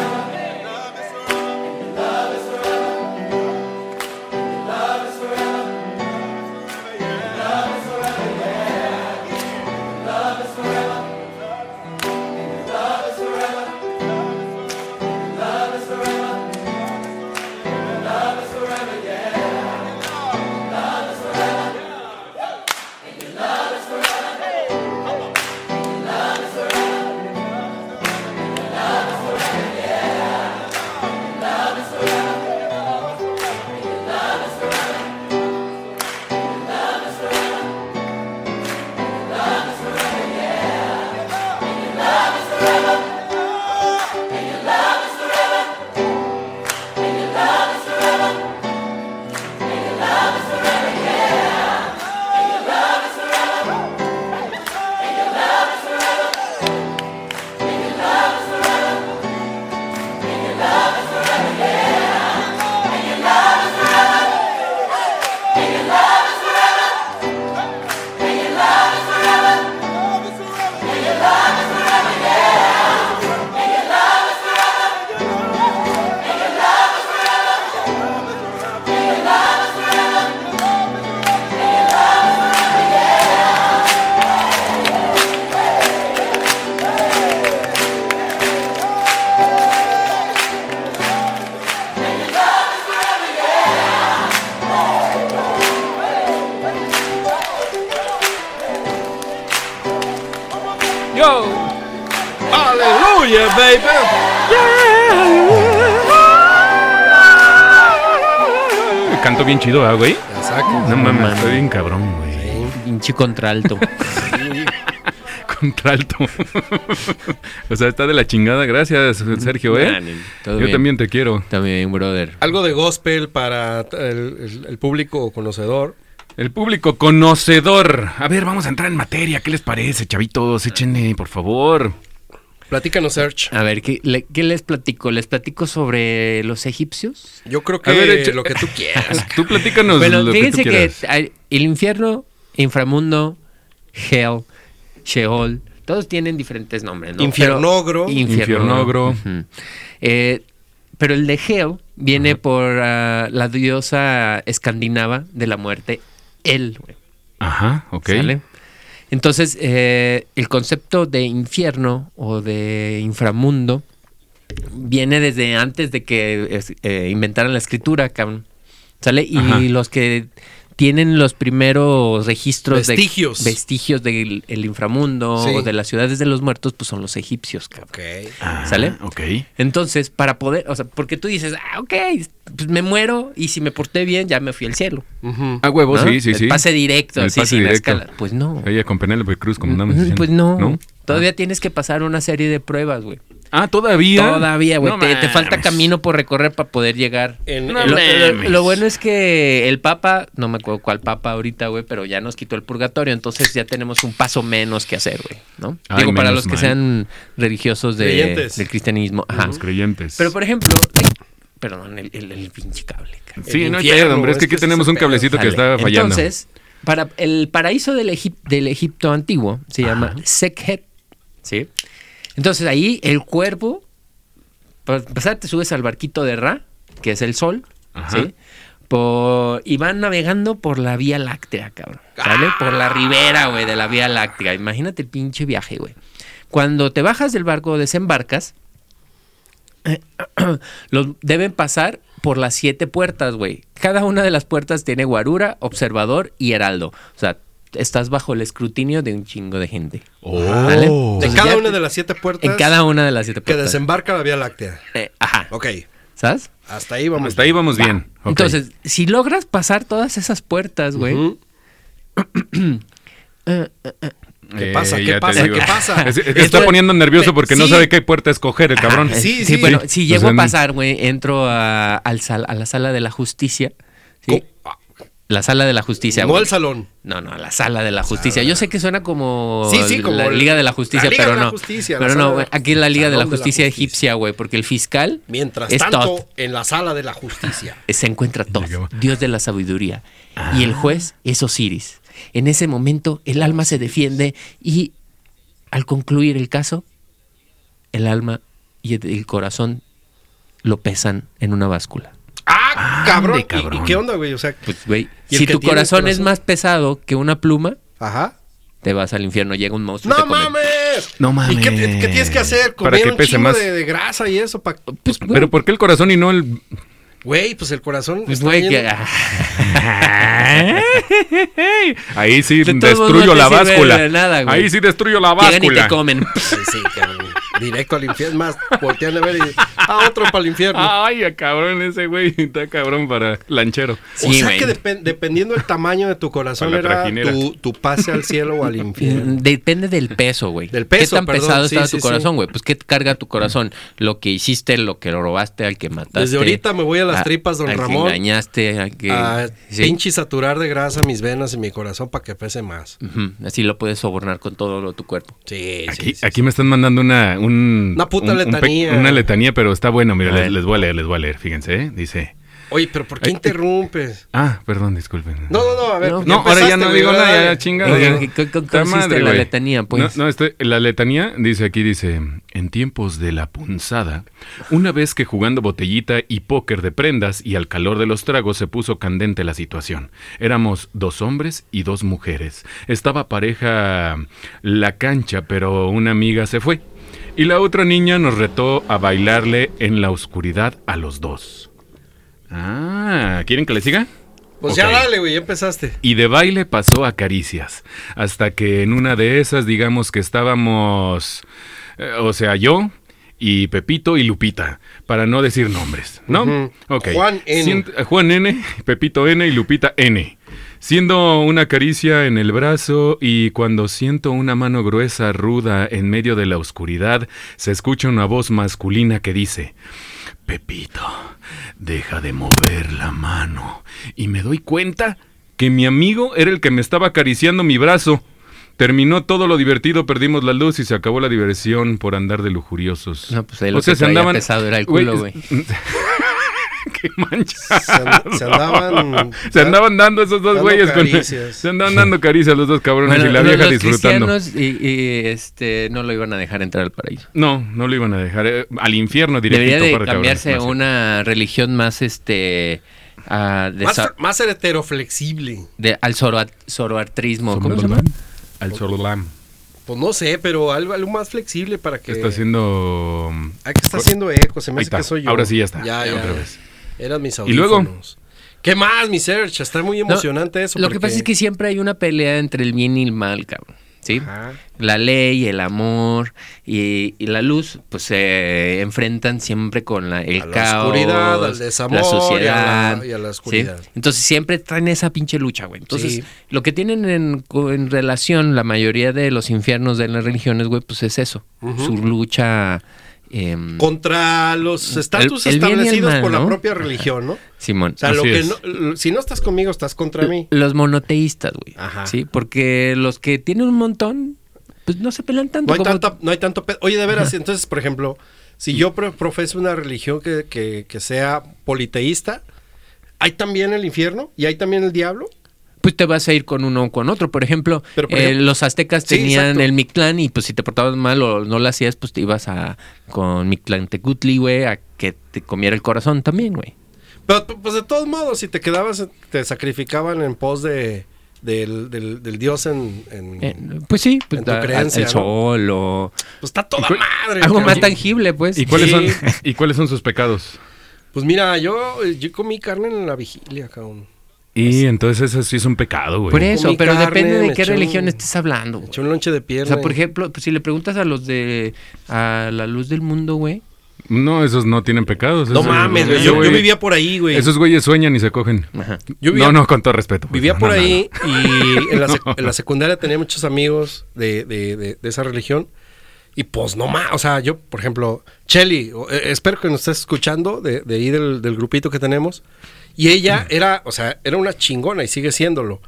Speaker 5: is forever.
Speaker 4: Hallelujah, baby.
Speaker 3: Canto bien chido, ¿ah, güey?
Speaker 4: Exacto.
Speaker 3: No
Speaker 2: mames.
Speaker 3: mames, estoy bien cabrón, güey.
Speaker 2: Pinche contralto.
Speaker 3: Contralto. o sea, está de la chingada. Gracias, Sergio, ¿eh?
Speaker 2: Todo
Speaker 3: Yo
Speaker 2: bien.
Speaker 3: también te quiero.
Speaker 2: También, brother.
Speaker 4: Algo de gospel para el, el- el público conocedor.
Speaker 3: El público conocedor. A ver, vamos a entrar en materia. ¿Qué les parece, chavitos? Échenle, por favor.
Speaker 4: Platícanos, Serge.
Speaker 2: A ver, ¿qué, le- qué les platico? ¿Les platico sobre los egipcios?
Speaker 4: Yo creo que
Speaker 3: A ver, echa-
Speaker 4: lo que tú quieras.
Speaker 3: Tú platícanos
Speaker 2: bueno,
Speaker 3: lo que tú
Speaker 2: fíjense que,
Speaker 3: quieras.
Speaker 2: hay- el infierno, inframundo, hell, sheol, todos tienen diferentes nombres, ¿no?
Speaker 4: Infiernogro.
Speaker 2: Pero- infiernogro. Ujú. Eh, pero el de Hel viene por ah, la diosa escandinava de la muerte, El, güey.
Speaker 3: Ajá, ok.
Speaker 2: ¿Sale? Entonces, eh, el concepto de infierno o de inframundo viene desde antes de que es- eh, inventaran la escritura, cabrón. ¿Sale? Y
Speaker 3: Ajá.
Speaker 2: los que tienen los primeros registros
Speaker 4: Vestigios.
Speaker 2: de vestigios del el inframundo
Speaker 4: Sí.
Speaker 2: o de las ciudades de los muertos, pues son los egipcios, cabrón.
Speaker 4: ok.
Speaker 3: Ah,
Speaker 2: ¿Sale?
Speaker 3: Ok.
Speaker 2: Entonces, para poder, o sea, porque tú dices, ah, ok, pues me muero y si me porté bien, ya me fui al cielo.
Speaker 4: Ujú.
Speaker 3: A Ah, huevo,
Speaker 2: ¿no?
Speaker 3: sí, sí,
Speaker 2: El
Speaker 3: sí.
Speaker 2: Pase directo,
Speaker 3: El
Speaker 2: así,
Speaker 3: pase
Speaker 2: sin
Speaker 3: directo.
Speaker 2: escala. Pues no.
Speaker 3: Ella con Penélope Cruz, como andamos
Speaker 2: Mm,
Speaker 3: diciendo.
Speaker 2: Pues no. Todavía tienes que pasar una serie de pruebas, güey.
Speaker 3: Ah, todavía.
Speaker 2: Todavía, güey.
Speaker 3: No
Speaker 2: te, te falta
Speaker 3: mames.
Speaker 2: camino por recorrer para poder llegar.
Speaker 4: En-
Speaker 3: No
Speaker 4: en-
Speaker 2: Lo, lo-
Speaker 3: mames.
Speaker 2: lo bueno es que el Papa, no me acuerdo cuál Papa ahorita, güey, pero ya nos quitó el purgatorio, entonces ya tenemos un paso menos que hacer, güey, ¿no?
Speaker 3: Ay,
Speaker 2: Digo, para los
Speaker 3: menos
Speaker 2: que
Speaker 3: mal.
Speaker 2: sean religiosos de-
Speaker 4: Creyentes.
Speaker 2: del cristianismo. Ajá.
Speaker 3: Los creyentes.
Speaker 2: Pero, por ejemplo, perdón, el, el- el pinche cable, cabrón.
Speaker 3: sí,
Speaker 4: el
Speaker 3: no hay
Speaker 4: infierno,
Speaker 3: pedo, hombre. Es que
Speaker 4: es que
Speaker 3: aquí
Speaker 4: es
Speaker 3: tenemos
Speaker 4: ese
Speaker 3: un
Speaker 4: pedo.
Speaker 3: cablecito que
Speaker 2: Sale.
Speaker 3: está fallando.
Speaker 2: Entonces, para el paraíso del, Egip- del Egipto antiguo se llama Sekhet. ¿sí? Entonces ahí el cuervo, para empezar, te subes al barquito de Ra, que es el sol,
Speaker 3: Ajá.
Speaker 2: ¿sí? Por- y van navegando por la Vía Láctea, cabrón. ¿Sale? Por la ribera, güey, de la Vía Láctea. Imagínate el pinche viaje, güey. Cuando te bajas del barco o desembarcas, eh, los deben pasar por las siete puertas, güey. Cada una de las puertas tiene guarura, observador y heraldo. O sea, estás bajo el escrutinio de un chingo de gente. ¿Vale?
Speaker 3: Oh.
Speaker 4: De
Speaker 2: Entonces,
Speaker 4: cada
Speaker 2: ya-
Speaker 4: una de las siete puertas
Speaker 2: En cada una de las siete
Speaker 4: que
Speaker 2: puertas.
Speaker 4: desembarca la Vía Láctea.
Speaker 2: Eh, ajá.
Speaker 4: Ok,
Speaker 2: ¿Sabes?
Speaker 4: hasta ahí vamos.
Speaker 3: Hasta ahí vamos bien. Ok.
Speaker 2: Entonces, si logras pasar todas esas puertas, güey, eh,
Speaker 4: Ujú. ¿Qué pasa? ¿Qué
Speaker 3: Eh, ya te
Speaker 4: pasa?
Speaker 3: digo.
Speaker 4: ¿Qué pasa?
Speaker 3: Es- es que
Speaker 2: Esto-
Speaker 3: está poniendo nervioso porque no
Speaker 4: Sí.
Speaker 3: sabe qué puerta escoger el cabrón.
Speaker 2: Ajá,
Speaker 4: Sí,
Speaker 2: eh,
Speaker 4: sí.
Speaker 2: bueno,
Speaker 3: Sí,
Speaker 2: si
Speaker 3: o
Speaker 2: llego
Speaker 3: sea,
Speaker 2: a
Speaker 3: no-
Speaker 2: pasar, güey, entro a, al sal- a la sala de la justicia. ¿sí? La sala de la justicia,
Speaker 4: No
Speaker 2: güey.
Speaker 4: al salón.
Speaker 2: No, no, la sala de la
Speaker 3: Ah.
Speaker 2: justicia. Yo sé que suena como,
Speaker 4: Sí, sí, como
Speaker 2: la
Speaker 4: el-
Speaker 2: Liga de la Justicia,
Speaker 4: la Liga
Speaker 2: pero
Speaker 4: de la
Speaker 2: no.
Speaker 4: Justicia, la
Speaker 2: pero
Speaker 4: sala de
Speaker 2: no,
Speaker 4: la
Speaker 2: güey, aquí es la Liga de la
Speaker 4: Salón de la
Speaker 2: Justicia
Speaker 4: Justicia.
Speaker 2: egipcia, güey, porque el fiscal
Speaker 4: Mientras
Speaker 2: es
Speaker 4: tanto,
Speaker 2: Thoth.
Speaker 4: en la sala de la justicia.
Speaker 2: se encuentra Thoth,
Speaker 3: Llegaba.
Speaker 2: Dios de la sabiduría, y
Speaker 3: Ah.
Speaker 2: el juez es Osiris. En ese momento el alma se defiende y al concluir el caso, el alma y el- el corazón lo pesan en una báscula.
Speaker 4: ¡Ah, cabrón! ¿Y-
Speaker 3: cabrón.
Speaker 4: ¿Y, qué onda, güey? O sea,
Speaker 2: Pues, güey,
Speaker 4: ¿Y el
Speaker 2: si
Speaker 4: que
Speaker 2: tu
Speaker 4: tiene el
Speaker 2: corazón, es
Speaker 4: corazón?
Speaker 2: más pesado que una pluma,
Speaker 4: ajá.
Speaker 2: te vas al infierno, llega un monstruo. y
Speaker 4: ¡No
Speaker 2: te come.
Speaker 4: mames!
Speaker 3: No mames.
Speaker 4: ¿Y qué, te- qué tienes que hacer?
Speaker 3: Eh, Para
Speaker 4: ¿Comer
Speaker 3: que
Speaker 4: un
Speaker 3: pese
Speaker 4: chingo
Speaker 3: más.
Speaker 4: De, de grasa y eso? pa-
Speaker 2: Pues, güey,
Speaker 3: Pero ¿por qué el corazón y no el
Speaker 4: Güey, pues el corazón.
Speaker 2: Pues,
Speaker 4: está
Speaker 2: güey, que-
Speaker 4: lleno-
Speaker 3: Ahí sí
Speaker 2: De todos
Speaker 3: destruyo
Speaker 2: modos, no
Speaker 3: la
Speaker 2: te sirve
Speaker 3: báscula.
Speaker 2: de nada, güey.
Speaker 3: Ahí sí destruyo la
Speaker 2: llegan y te
Speaker 3: báscula.
Speaker 2: comen.
Speaker 4: Sí, sí, cabrón. Directo al infierno. Es Más, voltean a ver y. ¡Ah, otro para el infierno!
Speaker 3: Ay, a cabrón ese güey, está cabrón para lanchero.
Speaker 4: o
Speaker 2: Sí,
Speaker 4: sea
Speaker 2: güey.
Speaker 4: que depen- dependiendo del tamaño de tu corazón,
Speaker 3: Para la
Speaker 4: era
Speaker 3: trajinera.
Speaker 4: tu, tu pase al cielo o al infierno.
Speaker 2: Mm, Depende del peso, güey.
Speaker 4: Del peso,
Speaker 2: ¿Qué tan
Speaker 4: perdón,
Speaker 2: pesado
Speaker 4: sí,
Speaker 2: está
Speaker 4: sí,
Speaker 2: tu
Speaker 4: sí.
Speaker 2: corazón, güey? Pues, ¿qué carga tu corazón? Lo que hiciste, lo que robaste, al que mataste.
Speaker 4: Desde ahorita me voy a las tripas, don
Speaker 2: al
Speaker 4: Ramón.
Speaker 2: que engañaste, al que...
Speaker 4: A
Speaker 2: sí.
Speaker 4: pinche saturar de grasa mis venas y mi corazón para que pese más.
Speaker 2: Ujú, Mm, Así lo puedes sobornar con todo lo- tu cuerpo.
Speaker 4: Sí, sí,
Speaker 3: Aquí,
Speaker 4: sí.
Speaker 3: aquí me están mandando una... un-
Speaker 4: Una puta
Speaker 3: un- un pe-
Speaker 4: letanía.
Speaker 3: una letanía, pero está bueno, mira,
Speaker 2: A
Speaker 3: les,
Speaker 2: ver.
Speaker 3: les voy a leer, les voy a leer, fíjense, ¿eh? dice...
Speaker 4: Oye, pero ¿por qué
Speaker 3: Ay,
Speaker 4: interrumpes?
Speaker 3: Ah, perdón, disculpen.
Speaker 4: No, no, no, a ver.
Speaker 2: No,
Speaker 3: No, ahora ya
Speaker 4: empezaste,
Speaker 3: no
Speaker 4: güey,
Speaker 3: digo
Speaker 4: ¿verdad?
Speaker 3: nada, ya
Speaker 4: Dale.
Speaker 3: chingada.
Speaker 2: Oye,
Speaker 3: ya.
Speaker 2: ¿qué- qué- qué
Speaker 3: Está
Speaker 2: consiste la
Speaker 3: güey.
Speaker 2: letanía, pues?
Speaker 3: No, no, este- la letanía dice aquí, dice, en tiempos de la punzada, una vez que jugando botellita y póker de prendas y al calor de los tragos se puso candente la situación. Éramos dos hombres y dos mujeres. Estaba pareja la cancha, pero una amiga se fue. Y la otra niña nos retó a bailarle en la oscuridad a los dos. Ah, ¿quieren que le siga?
Speaker 4: Pues
Speaker 3: Ok.
Speaker 4: ya dale, güey, ya empezaste.
Speaker 3: Y de baile pasó a caricias, hasta que en una de esas digamos que estábamos, eh, o sea, yo y Pepito y Lupita, para no decir nombres, ¿no?
Speaker 4: Ujú.
Speaker 3: Ok.
Speaker 4: Juan N.
Speaker 3: Sient- Juan N, Pepito N y Lupita N. Siendo una caricia en el brazo y cuando siento una mano gruesa, ruda, en medio de la oscuridad, se escucha una voz masculina que dice, Pepito, deja de mover la mano. Y me doy cuenta que mi amigo era el que me estaba acariciando mi brazo. Terminó todo lo divertido, perdimos la luz y se acabó la diversión por andar de lujuriosos.
Speaker 2: No, pues ahí lo que traía pesado era el culo, güey.
Speaker 3: Qué mancha.
Speaker 4: Se an- se andaban-
Speaker 3: Se andaban dando esos dos
Speaker 4: dando
Speaker 3: güeyes con
Speaker 4: caricias.
Speaker 3: Se andaban dando caricias los dos cabrones
Speaker 2: Bueno,
Speaker 3: y la
Speaker 2: los-
Speaker 3: vieja
Speaker 2: los
Speaker 3: disfrutando.
Speaker 2: cristianos y, y, este, no lo iban a dejar entrar al paraíso.
Speaker 3: No, no lo iban a dejar eh, al infierno directito
Speaker 2: Debería de
Speaker 3: para
Speaker 2: cambiarse a
Speaker 3: cabrones, no sé.
Speaker 2: una religión más, este, a- de
Speaker 4: Más,
Speaker 2: sa-
Speaker 4: más heteroflexible.
Speaker 2: de- al zoroa- zoroastrismo. ¿Cómo se llama?
Speaker 3: Al Sorolam.
Speaker 4: Pues no sé, pero algo, algo más flexible para que.
Speaker 2: eh,
Speaker 3: Está haciendo.
Speaker 4: Ah, que está haciendo eco, se me
Speaker 3: Ahí
Speaker 4: hace
Speaker 3: está.
Speaker 4: que soy yo.
Speaker 3: Ahora sí ya está.
Speaker 4: Ya, ya.
Speaker 3: Otra vez.
Speaker 4: Eran mis
Speaker 3: ¿Y luego?
Speaker 4: audífonos. ¿Qué más, mi Serge? Está muy
Speaker 2: No,
Speaker 4: emocionante eso.
Speaker 2: Lo que
Speaker 4: porque-
Speaker 2: pasa es que siempre hay una pelea entre el bien y el mal, cabrón. ¿Sí?
Speaker 4: Ajá.
Speaker 2: La ley, el amor y, y la luz, pues se enfrentan siempre con la, el
Speaker 4: A la
Speaker 2: caos,
Speaker 4: oscuridad, al desamor y
Speaker 2: la
Speaker 4: a la-
Speaker 2: sociedad.
Speaker 4: y a la
Speaker 2: ¿sí?
Speaker 4: oscuridad.
Speaker 2: Entonces siempre traen esa pinche lucha, güey. Entonces,
Speaker 4: Sí.
Speaker 2: lo que tienen en, co- en relación la mayoría de los infiernos de las religiones, güey, pues es eso. Su lucha. em,
Speaker 4: Contra los estatus
Speaker 2: el bien y el
Speaker 4: establecidos
Speaker 2: mal,
Speaker 4: por la
Speaker 2: ¿no?
Speaker 4: propia religión, ¿no? O
Speaker 2: Simón.
Speaker 4: sea,
Speaker 3: Así
Speaker 4: lo que
Speaker 3: es.
Speaker 4: no- l- si no estás conmigo, estás contra mí.
Speaker 2: Los monoteístas, güey.
Speaker 4: Ajá.
Speaker 2: Sí, porque los que tienen un montón, pues no se pelean tanto.
Speaker 4: No hay,
Speaker 2: como-
Speaker 4: tanta, no hay tanto pedo. Oye, de veras, entonces, por ejemplo, si yo pro- profeso una religión que, que- que sea politeísta, ¿hay también el infierno? ¿Y hay también el diablo?
Speaker 2: Pues te vas a ir con uno o con otro. Por ejemplo,
Speaker 4: Pero, por
Speaker 2: eh,
Speaker 4: ejemplo-
Speaker 2: los aztecas
Speaker 4: Sí,
Speaker 2: tenían
Speaker 4: exacto.
Speaker 2: el Mictlán y pues si te portabas mal o no lo hacías, pues te ibas a con Mictlán Tecutli, güey, a que te comiera el corazón también, güey.
Speaker 4: Pero p- pues de todos modos, si te quedabas, te sacrificaban en pos de, del, del- del dios en... en-
Speaker 2: Eh, pues sí,
Speaker 4: Mm.
Speaker 2: pues
Speaker 4: En tu
Speaker 2: da- a-
Speaker 4: creencia,
Speaker 2: el
Speaker 4: ¿no?
Speaker 2: sol o
Speaker 4: Pues está toda
Speaker 3: cu-
Speaker 4: madre.
Speaker 2: algo
Speaker 4: cabrón.
Speaker 2: más tangible, pues.
Speaker 3: ¿Y cuáles,
Speaker 4: Sí.
Speaker 3: son, ¿Y cuáles son sus pecados?
Speaker 4: Pues mira, yo, yo comí carne en la vigilia, cabrón.
Speaker 3: Y entonces eso sí es un pecado, güey.
Speaker 2: Por eso,
Speaker 4: Comí
Speaker 2: pero
Speaker 4: carne,
Speaker 2: depende
Speaker 4: me
Speaker 2: de qué
Speaker 4: eché un-
Speaker 2: religión estés hablando. güey.
Speaker 4: Eché un lonche de
Speaker 2: O
Speaker 4: pierna.
Speaker 2: sea, por
Speaker 4: y-
Speaker 2: ejemplo, pues, si le preguntas a los de a la luz del mundo, güey,
Speaker 3: No, esos no tienen pecados.
Speaker 4: No
Speaker 3: esos-
Speaker 4: mames, güey.
Speaker 3: esos
Speaker 4: Yo, yo
Speaker 3: güeyes-
Speaker 4: vivía por ahí, güey.
Speaker 3: Esos güeyes sueñan y se cogen.
Speaker 4: Yo vivía-
Speaker 3: no, no, con todo respeto. pues,
Speaker 4: Vivía
Speaker 3: no,
Speaker 4: por
Speaker 3: no,
Speaker 4: ahí y en la, sec- en la secundaria tenía muchos amigos de, de- de- de esa religión. Y pues no más, o sea, yo, por ejemplo, Chelly, o- eh, espero que nos estés escuchando de, de ahí del, del grupito que tenemos. Y ella
Speaker 3: Mm.
Speaker 4: era, o sea, era una chingona y sigue siéndolo.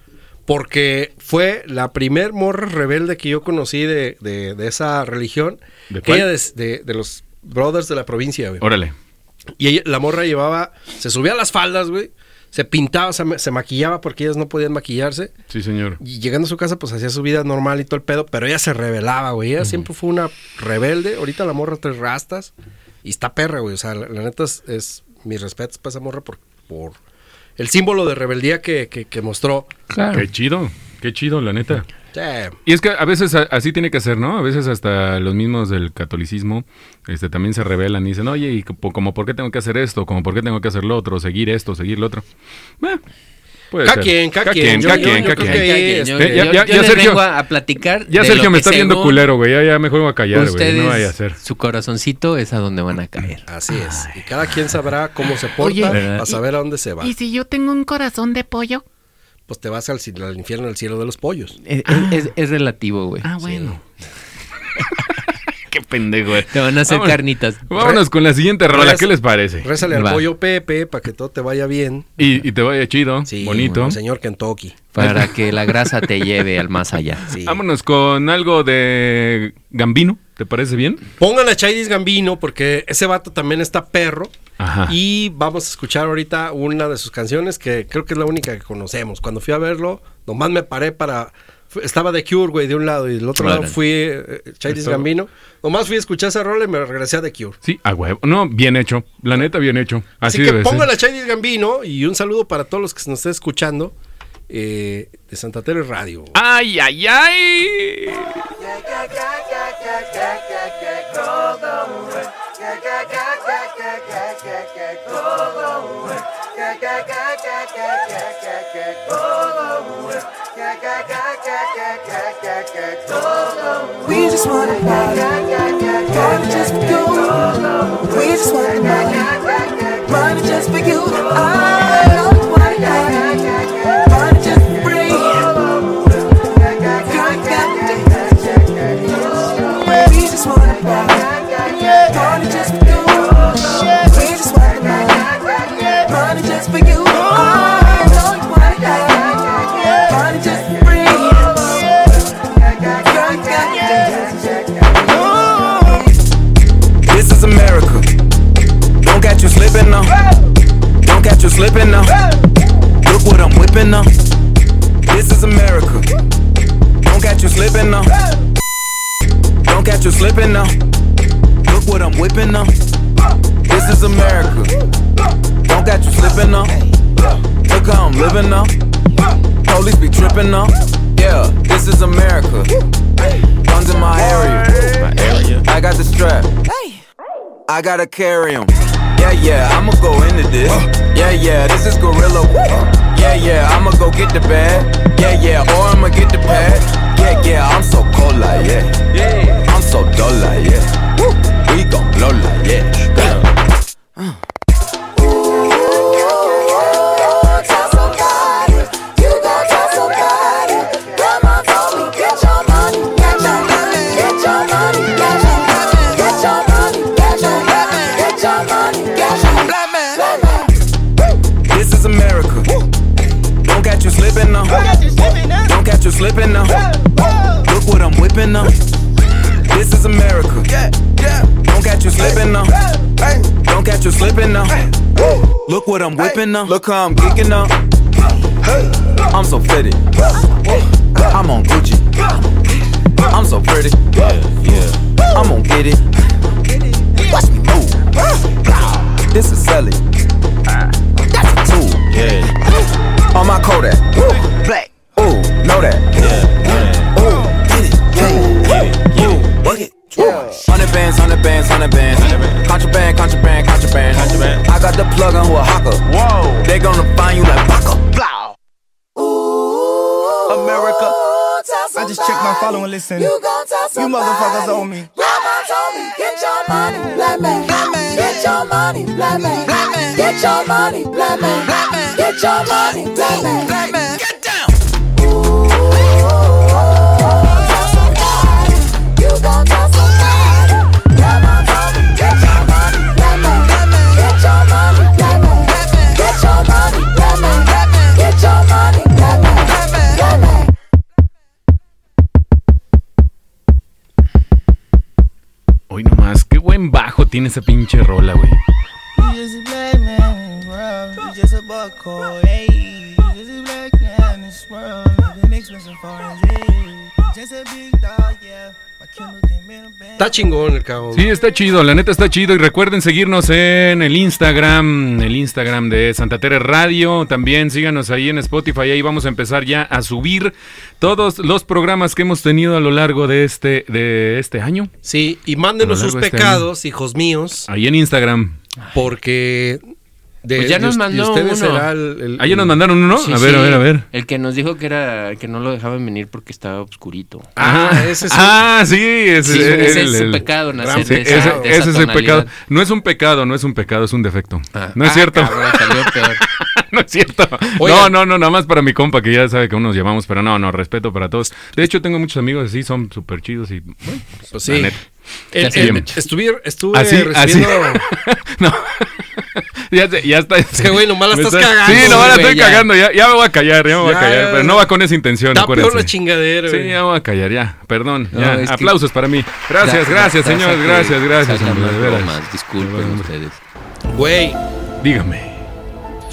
Speaker 4: Porque fue la primer morra rebelde que yo conocí de, de- de esa religión.
Speaker 3: ¿De
Speaker 4: que
Speaker 3: cuál?
Speaker 4: ella des- de, de los brothers de la provincia, güey.
Speaker 3: no. Órale.
Speaker 4: Y ella- la morra llevaba, se subía a las faldas, güey. Se pintaba, se, ma- se maquillaba porque ellas no podían maquillarse.
Speaker 3: Sí, señor.
Speaker 4: Y llegando a su casa, pues hacía su vida normal y todo el pedo. Pero ella se rebelaba, güey. Ella siempre fue una rebelde. Ahorita la morra tres rastas. Y está perra, güey. O sea, la, la neta es, es- mis respetos para esa morra por, por el símbolo de rebeldía que, que- que mostró.
Speaker 2: claro.
Speaker 3: Qué chido. Qué chido, la neta.
Speaker 4: Eh,
Speaker 3: Y es que a veces a- así tiene que ser, ¿no? A veces hasta los mismos del catolicismo este, también se rebelan y dicen, oye, ¿y co- como por qué tengo que hacer esto? ¿Como por qué tengo que hacer lo otro? ¿Seguir esto? ¿Seguir lo otro? Eh, puede
Speaker 4: Ca
Speaker 3: ser.
Speaker 4: quien, ca
Speaker 3: Ca
Speaker 4: quien. Yo-
Speaker 3: ca
Speaker 4: yo-
Speaker 3: quien,
Speaker 4: yo
Speaker 3: ca
Speaker 4: creo
Speaker 3: quien. Eh,
Speaker 4: que-
Speaker 2: Ya,
Speaker 4: Yo-
Speaker 2: ya,
Speaker 3: ya-
Speaker 2: yo-
Speaker 3: ya
Speaker 2: yo les
Speaker 3: Sergio-
Speaker 2: vengo a a platicar.
Speaker 3: Ya
Speaker 2: de
Speaker 3: Sergio
Speaker 2: lo
Speaker 3: me
Speaker 2: que
Speaker 3: está viendo
Speaker 2: según
Speaker 3: culero, güey. Ya, ya me juego a callar, güey.
Speaker 2: ustedes,
Speaker 3: No vaya a ser.
Speaker 2: Su corazoncito es a donde van a caer.
Speaker 4: así es. Y cada quien sabrá cómo se porta,
Speaker 2: Oye,
Speaker 4: a saber a dónde se va.
Speaker 6: ¿Y si yo tengo un corazón de pollo?
Speaker 4: Pues te vas al, ci- al infierno, al cielo de los pollos.
Speaker 2: Es,
Speaker 4: Ah,
Speaker 2: es- es- es relativo, güey.
Speaker 6: Ah, bueno.
Speaker 3: Qué pendejo, güey.
Speaker 2: Te van a hacer
Speaker 3: Vámonos.
Speaker 2: carnitas.
Speaker 3: Vámonos con la siguiente rola.
Speaker 4: Reza-
Speaker 3: ¿Qué les parece?
Speaker 4: Rézale al
Speaker 2: Va.
Speaker 4: pollo Pepe para que todo te vaya bien.
Speaker 3: Y, y te vaya chido,
Speaker 4: Sí,
Speaker 3: bonito.
Speaker 4: el señor Kentucky.
Speaker 2: Para que la grasa te lleve al más allá.
Speaker 4: Sí.
Speaker 3: Vámonos con algo de Gambino. ¿Te parece bien?
Speaker 4: Pongan a Childish Gambino porque ese vato también está perro.
Speaker 3: Ajá.
Speaker 4: Y vamos a escuchar ahorita una de sus canciones que creo que es la única que conocemos. Cuando fui a verlo, nomás me paré para... fu- Estaba de Cure, güey, de un lado y del otro lado
Speaker 2: Órale.
Speaker 4: fui eh, Childish
Speaker 3: Esto-
Speaker 4: Gambino. Nomás fui a escuchar esa rola y me regresé a The Cure.
Speaker 3: Sí, a huevo. No, bien hecho. La neta, bien hecho.
Speaker 4: Así,
Speaker 3: Así,
Speaker 4: que
Speaker 3: debe ser.
Speaker 4: pongan a Childish Gambino y un saludo para todos los que nos estén escuchando eh, de Santa Teresa Radio.
Speaker 3: ¡Ay, ay, ay!
Speaker 7: We just wanna party, party just for you. This is America. Don't catch you slipping now. Don't catch you slipping now. Look what I'm whipping now. This is America. Don't catch you slipping now. Don't catch you slipping now. Look what I'm whipping now. This is America. Don't catch you slipping now. Look how I'm living now. Police be tripping now. Yeah, this is America. Guns in my area. I got the strap. I gotta carry 'em. Yeah, yeah, I'ma go into this. Yeah, yeah, this is gorilla. Yeah, yeah, I'ma go get the bag. Yeah, yeah, or I'ma get the pad. Yeah, yeah, I'm so cold like yeah. Yeah, I'm so dull like yeah. We gon' blow like yeah. This is America. Don't catch you slipping now. Don't catch you slipping now. Look what I'm whipping now. This is America. Don't catch you slipping now. Don't catch you slipping now. Look what I'm whipping now. Look how I'm kicking now. I'm so fitted. I'm on Gucci. I'm so pretty. I'm gonna get it. Watch me move. This is selling. That's a tool. On my Kodak. Black. Ooh, know that. Ooh, get it. Get it. Ooh, work it. Hundred bands, hundred bands, hundred bands. Contraband, contraband, contraband, contraband. I got the plug on who a hawker. Whoa. They gonna find you like Baka. Blah.
Speaker 8: America. I just checked my following. Listen, you, motherfuckers owe me.
Speaker 9: Get your money, black man. Get your money, black man. Get your money, black man. Get your money, black man.
Speaker 7: Get down. Hoy nomás, qué buen bajo tiene esa pinche rola, güey.
Speaker 4: Está chingón el cabrón.
Speaker 3: Sí, está chido, la neta está chido. Y recuerden seguirnos en el Instagram, el Instagram de Santa Tere Radio. También síganos ahí en Spotify. Ahí vamos a empezar ya a subir todos los programas que hemos tenido a lo largo de este, de este año.
Speaker 4: Sí, y
Speaker 3: A
Speaker 4: mándenos
Speaker 3: lo
Speaker 4: sus
Speaker 3: largo de este
Speaker 4: pecados, hijos míos,
Speaker 3: Ahí en Instagram.
Speaker 4: porque de,
Speaker 2: Pues ya nos
Speaker 4: us-
Speaker 2: mandó
Speaker 4: ustedes
Speaker 2: uno.
Speaker 4: será el- el-
Speaker 3: Ahí ya nos mandaron uno.
Speaker 2: Sí,
Speaker 3: a ver,
Speaker 2: sí.
Speaker 3: a ver, a ver.
Speaker 2: El que nos dijo que era que no lo dejaban venir porque estaba oscurito.
Speaker 4: Ah, ese es
Speaker 3: Ah, sí, ese,
Speaker 2: Sí, ese
Speaker 3: el-
Speaker 2: es su
Speaker 3: el-
Speaker 2: pecado nacer
Speaker 3: Sí,
Speaker 2: de esa,
Speaker 3: ese,
Speaker 2: de
Speaker 3: ese
Speaker 2: esa
Speaker 3: es el
Speaker 2: tonalidad.
Speaker 3: pecado. No es un pecado, no es un pecado, es un defecto.
Speaker 2: Ah.
Speaker 3: no es
Speaker 2: Ah,
Speaker 3: cierto.
Speaker 2: cabrón, salió peor.
Speaker 3: no es cierto.
Speaker 4: Oigan.
Speaker 3: No, no, no, nada más para mi compa que ya sabe que uno nos llamamos, pero no, no, respeto para todos. De hecho, tengo muchos amigos así, son súper chidos y. bueno,
Speaker 4: Pues
Speaker 3: la
Speaker 4: sí.
Speaker 3: neta.
Speaker 4: El-
Speaker 3: Así
Speaker 4: el-
Speaker 3: bien.
Speaker 4: estuve estuve
Speaker 3: Así, así.
Speaker 4: recibiendo.
Speaker 3: no. ya, sé, ya está.
Speaker 4: que, güey, nomás la
Speaker 3: me
Speaker 4: estás
Speaker 3: está-
Speaker 4: cagando,
Speaker 3: Sí, nomás la
Speaker 4: güey,
Speaker 3: estoy
Speaker 4: ya.
Speaker 3: cagando. Ya, ya me voy a callar, ya me voy a
Speaker 4: Ya,
Speaker 3: callar.
Speaker 4: ya,
Speaker 3: Pero
Speaker 4: ya.
Speaker 3: no va con esa intención,
Speaker 4: Está peor la
Speaker 3: acuérdense.
Speaker 4: chingadera,
Speaker 3: Sí,
Speaker 4: güey.
Speaker 3: ya me voy a callar, ya. Perdón.
Speaker 2: No,
Speaker 3: ya.
Speaker 2: es que-
Speaker 3: Aplausos para mí. Gracias, gracias, señores.
Speaker 2: que
Speaker 3: Gracias, gracias.
Speaker 2: sacan
Speaker 3: hombre,
Speaker 2: las
Speaker 3: de veras.
Speaker 2: bromas, Disculpen ustedes.
Speaker 4: Güey,
Speaker 3: Dígame.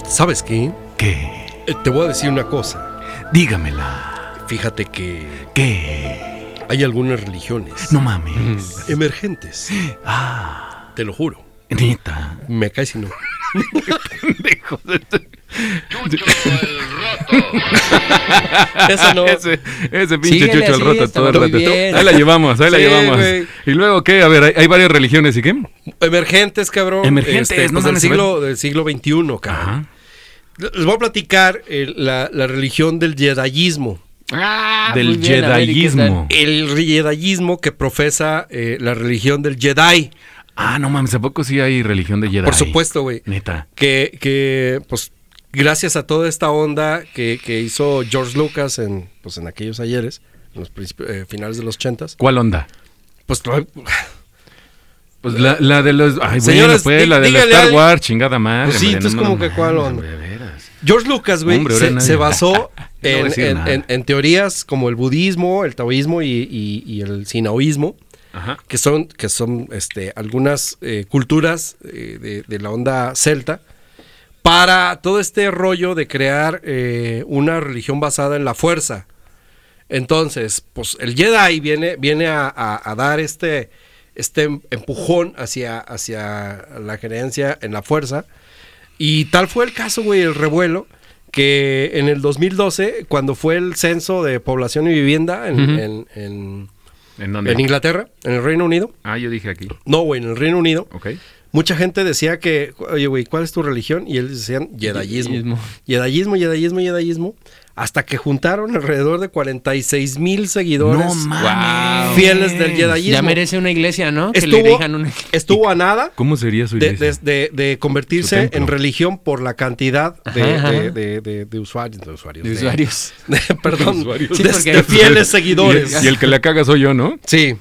Speaker 4: ¿sabes qué?
Speaker 3: ¿Qué?
Speaker 4: Eh, Te voy a decir una cosa.
Speaker 3: Dígamela.
Speaker 4: Fíjate que
Speaker 3: ¿Qué?
Speaker 4: hay algunas religiones
Speaker 3: No mames.
Speaker 4: emergentes. Te lo juro.
Speaker 3: Ah. Neta.
Speaker 4: Me cae si no. Eso no.
Speaker 3: Ese, ese pinche
Speaker 2: Síguele
Speaker 3: chucho al
Speaker 2: así,
Speaker 3: roto
Speaker 2: está
Speaker 3: todo el
Speaker 2: muy
Speaker 3: rato.
Speaker 2: bien.
Speaker 3: Ahí la llevamos, ahí la
Speaker 4: Sí,
Speaker 3: llevamos.
Speaker 4: güey.
Speaker 3: ¿Y luego qué? A ver, hay, hay varias religiones, ¿y qué?
Speaker 4: Emergentes, cabrón.
Speaker 3: Emergentes, no
Speaker 4: pues, del
Speaker 3: mames,
Speaker 4: siglo, del siglo XXI, cabrón. Les voy a platicar eh, la, la religión del jedayismo.
Speaker 2: Ah, muy
Speaker 3: Del
Speaker 2: bien, a ver, ¿y qué
Speaker 3: jedayismo.
Speaker 4: El jedayismo que profesa eh, la religión del Jedi.
Speaker 3: Ah, no mames, ¿a poco sí hay religión de Jedi?
Speaker 4: Por supuesto, güey.
Speaker 3: Neta.
Speaker 4: Que, que, pues, gracias a toda esta onda que, que hizo George Lucas en, pues, en aquellos ayeres, en los principi- eh, finales de los ochentas,
Speaker 3: ¿Cuál onda?
Speaker 4: pues, lo-
Speaker 3: Pues la, la de los. Ay,
Speaker 4: Señoras,
Speaker 3: bueno, pues,
Speaker 4: di-
Speaker 3: la de la
Speaker 4: dígale
Speaker 3: Star
Speaker 4: al-
Speaker 3: Wars, chingada madre.
Speaker 4: Pues sí,
Speaker 3: hombre,
Speaker 4: entonces
Speaker 3: no, no,
Speaker 4: como que
Speaker 3: no,
Speaker 4: cuál
Speaker 3: no,
Speaker 4: onda.
Speaker 3: de veras.
Speaker 4: George Lucas, güey,
Speaker 3: Hombre, ahora
Speaker 4: se,
Speaker 3: nadie-
Speaker 4: se basó
Speaker 3: No voy a
Speaker 4: en,
Speaker 3: decir
Speaker 4: en-
Speaker 3: nada.
Speaker 4: en- en teorías como el budismo, el taoísmo y, y- y el sinaoísmo,
Speaker 3: Ajá.
Speaker 4: que son, que son este, algunas eh, culturas eh, de, de la onda celta, para todo este rollo de crear eh, una religión basada en la fuerza. Entonces, pues el Jedi viene, viene a, a- a dar este, este empujón hacia, hacia la creencia en la fuerza. Y tal fue el caso, güey, el revuelo, que en el 2012, cuando fue el censo de población y vivienda en, en- en-
Speaker 3: ¿En dónde?
Speaker 4: en Inglaterra, en el Reino Unido,
Speaker 3: Ah, yo dije aquí.
Speaker 4: no, güey, en el Reino Unido,
Speaker 3: Ok.
Speaker 4: mucha gente decía que, oye, güey, ¿cuál es tu religión? Y ellos decían
Speaker 2: Yedayismo.
Speaker 4: yedayismo. Yedayismo, yedayismo, yedayismo. Hasta que juntaron alrededor de 46 mil seguidores
Speaker 3: mames.
Speaker 4: fieles del yedayismo.
Speaker 2: Ya merece una iglesia, ¿no? Que le dirijan
Speaker 4: estuvo,
Speaker 2: una.
Speaker 4: estuvo a nada
Speaker 3: ¿Cómo sería su
Speaker 4: de,
Speaker 3: iglesia?
Speaker 4: de- de- de
Speaker 3: Su
Speaker 4: convertirse
Speaker 3: templo.
Speaker 4: en religión por la cantidad de,
Speaker 2: Ajá, ajá.
Speaker 4: de- de- de- de usuarios. De usuarios.
Speaker 2: De
Speaker 4: de-
Speaker 2: usuarios.
Speaker 4: de- perdón,
Speaker 3: De usuarios.
Speaker 4: de-
Speaker 2: Sí, porque-
Speaker 4: de fieles
Speaker 3: Y
Speaker 4: seguidores.
Speaker 3: el, y el que la caga soy yo, ¿no?
Speaker 4: Sí.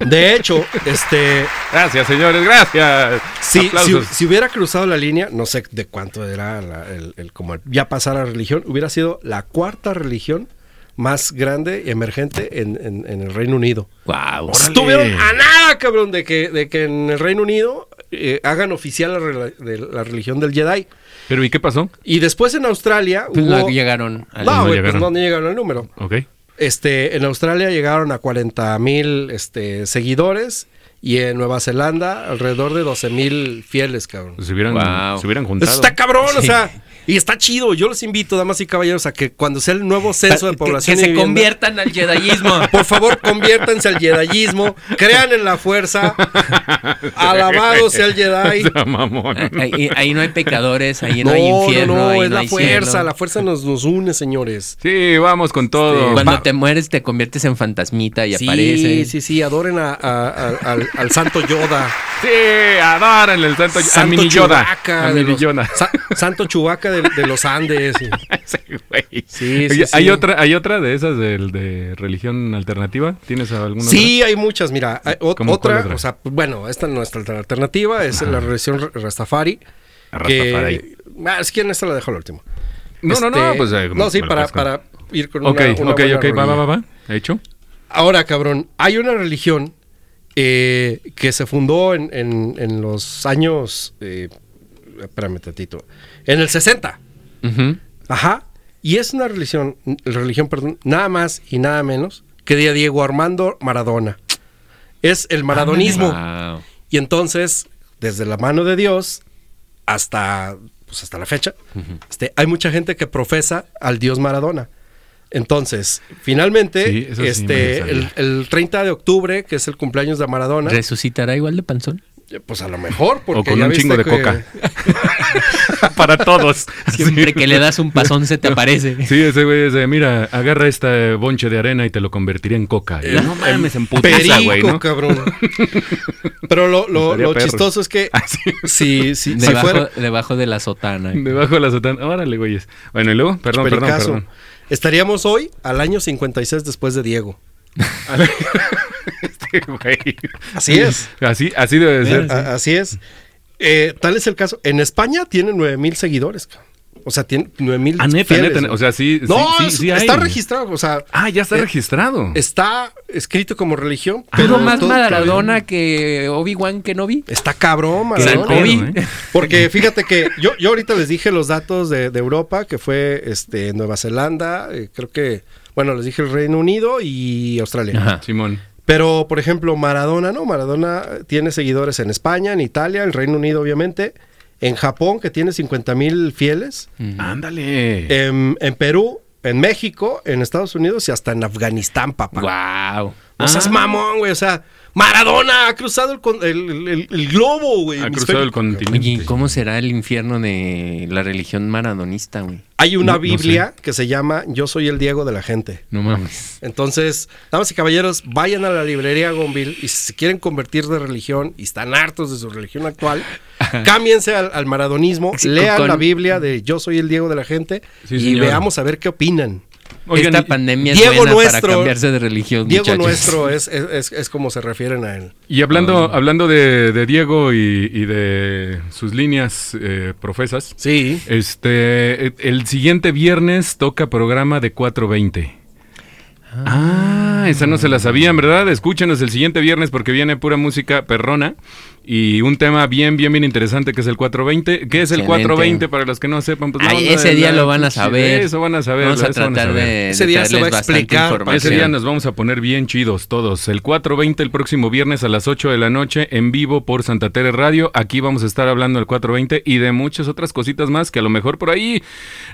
Speaker 4: De hecho, este,
Speaker 3: Gracias, señores, gracias.
Speaker 4: Sí, si,
Speaker 3: Aplausos.
Speaker 4: si hubiera cruzado la línea, no sé de cuánto era la- el, el- como el- ya pasar a religión, hubiera sido la cuarta religión más grande y emergente en, en- en el Reino Unido.
Speaker 2: Wow.
Speaker 4: Estuvieron a nada, cabrón, de que, de que en el Reino Unido eh, hagan oficial la, rela- de la religión del Jedi.
Speaker 3: Pero ¿y qué pasó?
Speaker 4: Y después en Australia
Speaker 2: Pues
Speaker 4: hubo-
Speaker 2: no llegaron al-
Speaker 4: No,
Speaker 3: No
Speaker 4: güey, pues
Speaker 3: llegaron.
Speaker 4: no, no llegaron al número.
Speaker 3: Ok.
Speaker 4: Este, en Australia llegaron a 40 mil este, seguidores y en Nueva Zelanda alrededor de 12 mil fieles, cabrón.
Speaker 3: pues, Se hubieran,
Speaker 2: Wow.
Speaker 3: se hubieran
Speaker 4: Eso
Speaker 3: juntado.
Speaker 4: está cabrón, o sea, y está chido. Yo los invito, damas y caballeros, a que cuando sea el nuevo censo de
Speaker 2: Que-
Speaker 4: población.
Speaker 2: que
Speaker 4: y
Speaker 2: se
Speaker 4: vivienda,
Speaker 2: conviertan al jedayismo.
Speaker 4: Por favor, conviértanse al jedayismo, crean en la fuerza, alabado sea el Jedi.
Speaker 3: Ah, mamón.
Speaker 2: Ahí, ahí no hay pecadores, ahí no,
Speaker 4: No,
Speaker 2: hay
Speaker 4: no,
Speaker 2: infierno.
Speaker 4: no,
Speaker 2: ahí
Speaker 4: es
Speaker 2: no
Speaker 4: la
Speaker 2: hay
Speaker 4: fuerza,
Speaker 2: cielo.
Speaker 4: la fuerza nos, nos une, señores.
Speaker 3: Sí, vamos con todo.
Speaker 2: Cuando
Speaker 3: Va-
Speaker 2: te mueres te conviertes en fantasmita y
Speaker 4: sí,
Speaker 2: apareces.
Speaker 4: sí, sí, adoren a- a- a- al, al santo Yoda.
Speaker 3: Sí, adoren el santo, a mini Yoda.
Speaker 4: Chewbacca
Speaker 3: A
Speaker 4: de
Speaker 3: mini
Speaker 4: los-
Speaker 3: Yoda.
Speaker 4: Sa- santo Chubaca de, de los Andes.
Speaker 3: Ese güey.
Speaker 4: Sí, sí,
Speaker 3: Oye,
Speaker 4: sí.
Speaker 3: ¿Hay otra, hay otra de esas del de religión alternativa? ¿Tienes alguna?
Speaker 4: Sí, hay muchas, mira, hay ot-
Speaker 3: ¿Cómo
Speaker 4: otra,
Speaker 3: cuál otra?
Speaker 4: o sea, bueno, esta no es nuestra alternativa, es la religión Rastafari.
Speaker 3: otra? Rastafari.
Speaker 4: Que, ah, es que en esta la dejo al último.
Speaker 3: No, no, no,
Speaker 4: Este,
Speaker 3: pues. eh,
Speaker 4: no, sí,
Speaker 3: me lo
Speaker 4: para,
Speaker 3: pasco.
Speaker 4: para ir con
Speaker 3: Ok,
Speaker 4: una, una
Speaker 3: ok,
Speaker 4: buena
Speaker 3: ok, va,
Speaker 4: rolilla.
Speaker 3: va, va, va. Hecho.
Speaker 4: Ahora, cabrón, hay una religión eh, que se fundó en, en- en los años, eh, espérame tantito, en el 60.
Speaker 2: Ujú.
Speaker 4: Ajá. Y es una religión, religión, perdón, nada más y nada menos que de Diego Armando Maradona. Es el maradonismo.
Speaker 2: Wow.
Speaker 4: Y entonces, desde la mano de Dios hasta, pues hasta la fecha, este, hay mucha gente que profesa al Dios Maradona. Entonces, finalmente,
Speaker 3: Sí, eso sí
Speaker 4: este,
Speaker 3: me lo
Speaker 4: el,
Speaker 3: sabía.
Speaker 4: el 30 de octubre, que es el cumpleaños de Maradona,
Speaker 2: ¿Resucitará igual de panzón?
Speaker 4: pues a lo mejor, porque
Speaker 3: O con
Speaker 4: ya
Speaker 3: un
Speaker 4: viste
Speaker 3: chingo de
Speaker 4: que-
Speaker 3: coca. para todos.
Speaker 2: Siempre que le das un pasón se te aparece.
Speaker 3: Sí, ese güey es de, mira, agarra este bonche de arena y te lo convertiré en coca.
Speaker 4: Eh,
Speaker 3: Y, no mames, en putiza,
Speaker 4: Perico,
Speaker 3: güey, ¿no?
Speaker 4: cabrón. Pero lo, lo-
Speaker 3: Estaría
Speaker 4: lo
Speaker 3: perro.
Speaker 4: chistoso es que
Speaker 3: Ah, sí.
Speaker 4: si, si, si
Speaker 2: Debajo,
Speaker 4: fuera
Speaker 2: debajo de la sotana.
Speaker 3: Debajo de la sotana. Órale, güeyes. Bueno, y luego, perdón, perdón,
Speaker 4: pericazo,
Speaker 3: perdón.
Speaker 4: estaríamos hoy al año 56 después de Diego.
Speaker 3: Este güey.
Speaker 4: Así es.
Speaker 3: Así, así debe de ser.
Speaker 4: A- así es. Eh, tal es el caso. En España tiene 9 mil seguidores. cabrón. O sea, tiene 9 mil.
Speaker 3: Ah, neta, neta, o sea, sí- sí-
Speaker 4: No,
Speaker 3: sí-
Speaker 4: es-
Speaker 3: sí hay.
Speaker 4: está registrado. O sea,
Speaker 3: Ah, ya está
Speaker 4: eh,
Speaker 3: registrado.
Speaker 4: está escrito como religión.
Speaker 2: Pero más
Speaker 4: todo-
Speaker 2: Maradona que Obi-Wan Kenobi.
Speaker 4: Está cabrón,
Speaker 2: Que
Speaker 3: San
Speaker 4: Maradona.
Speaker 3: Pedro,
Speaker 2: Obi.
Speaker 3: ¿eh?
Speaker 4: Porque fíjate que yo, yo ahorita les dije los datos de, de Europa, que fue este Nueva Zelanda, eh, creo que, bueno, les dije el Reino Unido y Australia.
Speaker 2: Ajá.
Speaker 3: Simón.
Speaker 4: Pero, por ejemplo, Maradona, ¿no? Maradona tiene seguidores en España, en Italia, en Reino Unido, obviamente, en Japón, que tiene 50 mil fieles,
Speaker 3: Ándale.
Speaker 4: en, en Perú, en México, en Estados Unidos y hasta en Afganistán, papá.
Speaker 2: Wow.
Speaker 4: No seas
Speaker 3: Ah.
Speaker 4: mamón, güey. O sea, Maradona ha cruzado el, con- el- el- el- el globo, güey.
Speaker 3: ha cruzado
Speaker 4: hemisferio.
Speaker 3: el continente.
Speaker 2: Oye, ¿y ¿cómo será el infierno de la religión maradonista, güey?
Speaker 4: Hay una
Speaker 3: No- no
Speaker 4: Biblia que se llama Yo soy el Diego de la gente.
Speaker 2: No mames.
Speaker 4: Entonces, damas y caballeros, vayan a la librería Gonville y si se quieren convertir de religión y están hartos de su religión actual, cámbiense al, al maradonismo,
Speaker 2: Sí,
Speaker 4: lean
Speaker 2: con-
Speaker 4: la Biblia de Yo soy el Diego de la gente
Speaker 3: Sí,
Speaker 4: y
Speaker 3: señor.
Speaker 4: veamos a ver qué opinan.
Speaker 3: Oigan,
Speaker 2: Esta
Speaker 3: y-
Speaker 2: pandemia es
Speaker 4: Diego
Speaker 2: buena
Speaker 4: nuestro-
Speaker 2: para cambiarse de religión,
Speaker 4: Diego
Speaker 2: muchachos.
Speaker 4: nuestro es, es- es- es como se refieren a él.
Speaker 3: Y hablando, hablando de, de Diego y, y de sus líneas eh, profesas,
Speaker 4: Sí.
Speaker 3: este eh, el siguiente viernes toca programa de 4.20. Ah, Ah, esa no se la sabían, ¿verdad? Escúchenos el siguiente viernes porque viene pura música perrona y un tema bien, bien, bien interesante que es el 420. ¿Qué es el
Speaker 2: Excelente.
Speaker 3: 420? Para los que no sepan, pues la
Speaker 2: Ay,
Speaker 3: onda
Speaker 2: ese
Speaker 3: de
Speaker 2: día
Speaker 3: la
Speaker 2: lo van a
Speaker 3: pinche-
Speaker 2: saber.
Speaker 3: Eso van a saber.
Speaker 2: Vamos a
Speaker 3: eso van
Speaker 2: tratar
Speaker 3: saber.
Speaker 2: de,
Speaker 4: Ese
Speaker 2: de
Speaker 4: día se va
Speaker 2: traerles
Speaker 4: a
Speaker 2: bastante
Speaker 4: explicar.
Speaker 2: información.
Speaker 3: Ese día nos vamos a poner bien chidos todos. El 420 el próximo viernes a las 8 de la noche en vivo por Santa Tere Radio. Aquí vamos a estar hablando del 420 y de muchas otras cositas más que a lo mejor por ahí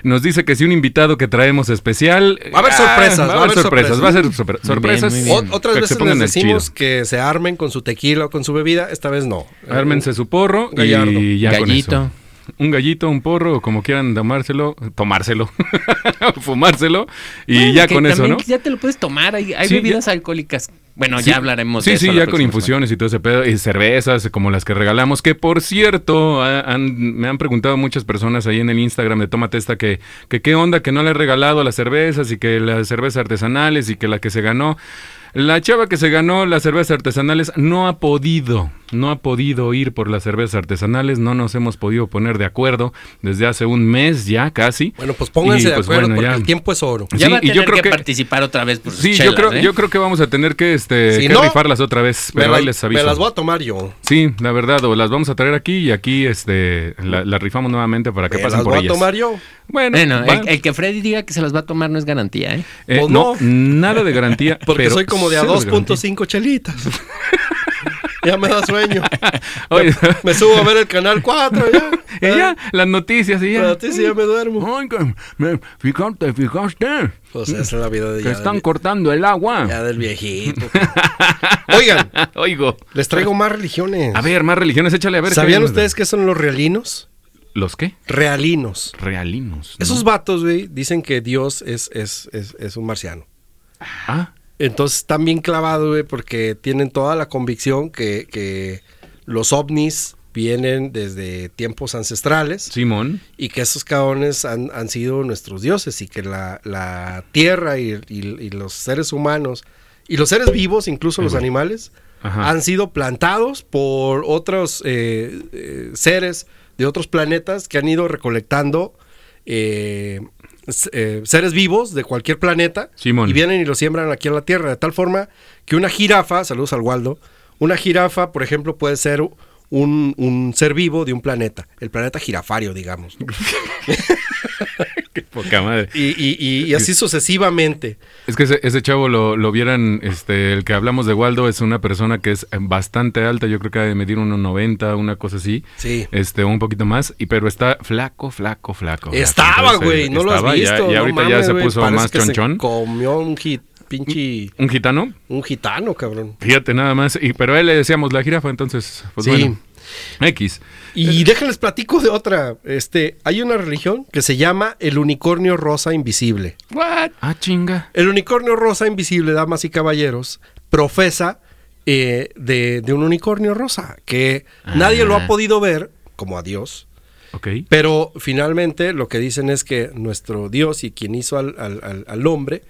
Speaker 3: nos dice que si un invitado que traemos especial.
Speaker 4: Va a haber sorpresas,
Speaker 3: Eh, ah, va a haber sorpresas, va a ser sorpre- sorpresas.
Speaker 2: muy
Speaker 4: O-
Speaker 2: bien.
Speaker 4: otras
Speaker 3: Que se
Speaker 4: veces
Speaker 3: pongan
Speaker 4: les
Speaker 3: el
Speaker 4: decimos
Speaker 3: chido.
Speaker 4: que se armen con su tequila o con su bebida, esta vez no.
Speaker 3: Ármense su porro
Speaker 4: Gallardo.
Speaker 3: y ya con
Speaker 2: Gallito.
Speaker 3: eso. Un gallito, un porro, o como quieran tomárselo, tomárselo, fumárselo y
Speaker 2: Bueno,
Speaker 3: ya
Speaker 2: que
Speaker 3: con eso,
Speaker 2: también
Speaker 3: ¿no?
Speaker 2: Ya te lo puedes tomar. Hay, hay
Speaker 3: Sí,
Speaker 2: bebidas alcohólicas. Bueno,
Speaker 3: Sí.
Speaker 2: ya hablaremos
Speaker 3: Sí,
Speaker 2: de
Speaker 3: sí,
Speaker 2: eso la
Speaker 3: ya con
Speaker 2: próxima
Speaker 3: infusiones y todo ese pedo, y cervezas como las que regalamos, que por cierto, ha- han- me han preguntado muchas personas ahí en el Instagram de Toma Testa que, que qué onda, que no le he regalado las cervezas y que las cervezas artesanales y que la que se ganó. La chava que se ganó las cervezas artesanales no ha podido, no ha podido ir por las cervezas artesanales, no nos hemos podido poner de acuerdo desde hace un mes ya casi.
Speaker 4: Bueno, pues pónganse
Speaker 3: Y,
Speaker 4: de
Speaker 3: pues,
Speaker 4: acuerdo
Speaker 3: bueno,
Speaker 4: porque
Speaker 3: ya.
Speaker 4: el tiempo es oro.
Speaker 2: semana. Ya
Speaker 3: Sí,
Speaker 2: va a
Speaker 3: y yo
Speaker 2: tener
Speaker 3: creo
Speaker 2: que,
Speaker 3: que-
Speaker 2: participar otra vez por sus
Speaker 3: Sí,
Speaker 2: chelas,
Speaker 3: yo creo,
Speaker 2: ¿eh?
Speaker 3: yo creo que vamos a tener que, este,
Speaker 4: Si
Speaker 3: que
Speaker 4: no,
Speaker 3: rifarlas otra vez,
Speaker 4: me,
Speaker 3: pero
Speaker 4: la-
Speaker 3: ahí les
Speaker 4: me
Speaker 3: aviso.
Speaker 4: las voy a tomar yo.
Speaker 3: Sí, la verdad, o las vamos a traer aquí y aquí este, la, la rifamos nuevamente para que
Speaker 4: Me
Speaker 3: pasen
Speaker 4: las
Speaker 3: por
Speaker 4: voy a
Speaker 3: ellas.
Speaker 4: tomar yo.
Speaker 3: Bueno,
Speaker 2: Bueno,
Speaker 3: va.
Speaker 2: el, el que Freddy diga que se las va a tomar no es garantía, ¿eh?
Speaker 3: Eh,
Speaker 4: pues
Speaker 3: no,
Speaker 4: no.
Speaker 3: nada de garantía.
Speaker 4: Porque
Speaker 3: pero
Speaker 4: soy como de a
Speaker 3: cero
Speaker 4: 2.5 chelitas. ya me da sueño.
Speaker 3: Oye,
Speaker 4: Me subo a ver el canal 4 ya.
Speaker 3: y ya, las noticias y ya.
Speaker 4: Pero a ti sí ya me duermo.
Speaker 3: Oigan, me- fijaste, fijaste,
Speaker 4: Pues esa es la vida de
Speaker 3: que
Speaker 4: ya,
Speaker 3: están
Speaker 4: del,
Speaker 3: cortando el agua.
Speaker 4: ya del viejito. Oigan,
Speaker 3: Oigo.
Speaker 4: les traigo más religiones.
Speaker 3: A ver, más religiones, échale a ver.
Speaker 4: ¿Sabían
Speaker 3: qué-
Speaker 4: ustedes qué son los realinos?
Speaker 3: ¿Los qué?
Speaker 4: Realinos.
Speaker 3: Realinos. ¿no?
Speaker 4: Esos vatos, güey, dicen que Dios es, es, es, es un marciano.
Speaker 3: Ah,
Speaker 4: Entonces están bien clavados, güey, porque tienen toda la convicción que, que los ovnis vienen desde tiempos ancestrales
Speaker 3: Simón.
Speaker 4: y que esos cabrones han, han sido nuestros dioses y que la, la tierra y, y- y los seres humanos y los seres vivos, incluso los animales,
Speaker 3: Ajá.
Speaker 4: han sido plantados por otros eh, eh, seres de otros planetas que han ido recolectando eh, s- eh, seres vivos de cualquier planeta
Speaker 3: Simón.
Speaker 4: y vienen y los siembran aquí en la Tierra, de tal forma que una jirafa, saludos al Waldo, una jirafa, por ejemplo, puede ser un, un ser vivo de un planeta, el planeta jirafario, digamos. ¿no?
Speaker 3: Qué poca madre.
Speaker 4: Y, y- y- y así sucesivamente.
Speaker 3: Es que ese, ese chavo lo, lo vieran, este, el que hablamos de Waldo es una persona que es bastante alta, yo creo que ha de medir 1,90, una cosa así,
Speaker 4: Sí.
Speaker 3: este, un poquito más, y pero está flaco, flaco, flaco. flaco.
Speaker 4: Estaba,
Speaker 3: Entonces,
Speaker 4: güey,
Speaker 3: eh,
Speaker 4: no lo has
Speaker 3: estaba, ya-
Speaker 4: visto.
Speaker 3: Y
Speaker 4: no
Speaker 3: ahorita ya
Speaker 4: mames,
Speaker 3: se
Speaker 4: güey,
Speaker 3: puso
Speaker 4: parece
Speaker 3: más
Speaker 4: que se
Speaker 3: chonchón.
Speaker 4: Comió un hit, pinche,
Speaker 3: Un gitano,
Speaker 4: un gitano, cabrón.
Speaker 3: fíjate nada más, y pero a él le decíamos la jirafa, entonces, pues
Speaker 4: Sí.
Speaker 3: bueno. X.
Speaker 4: Y déjenles platico de otra. Este, hay una religión que se llama el unicornio rosa invisible.
Speaker 3: Ah, chinga.
Speaker 4: El unicornio rosa invisible, damas y caballeros, profesa eh, de, de un unicornio rosa, que
Speaker 3: Ah.
Speaker 4: nadie lo ha podido ver, como a Dios,
Speaker 3: Ok.
Speaker 4: pero finalmente lo que dicen es que nuestro Dios y quien hizo al, al- al- al hombre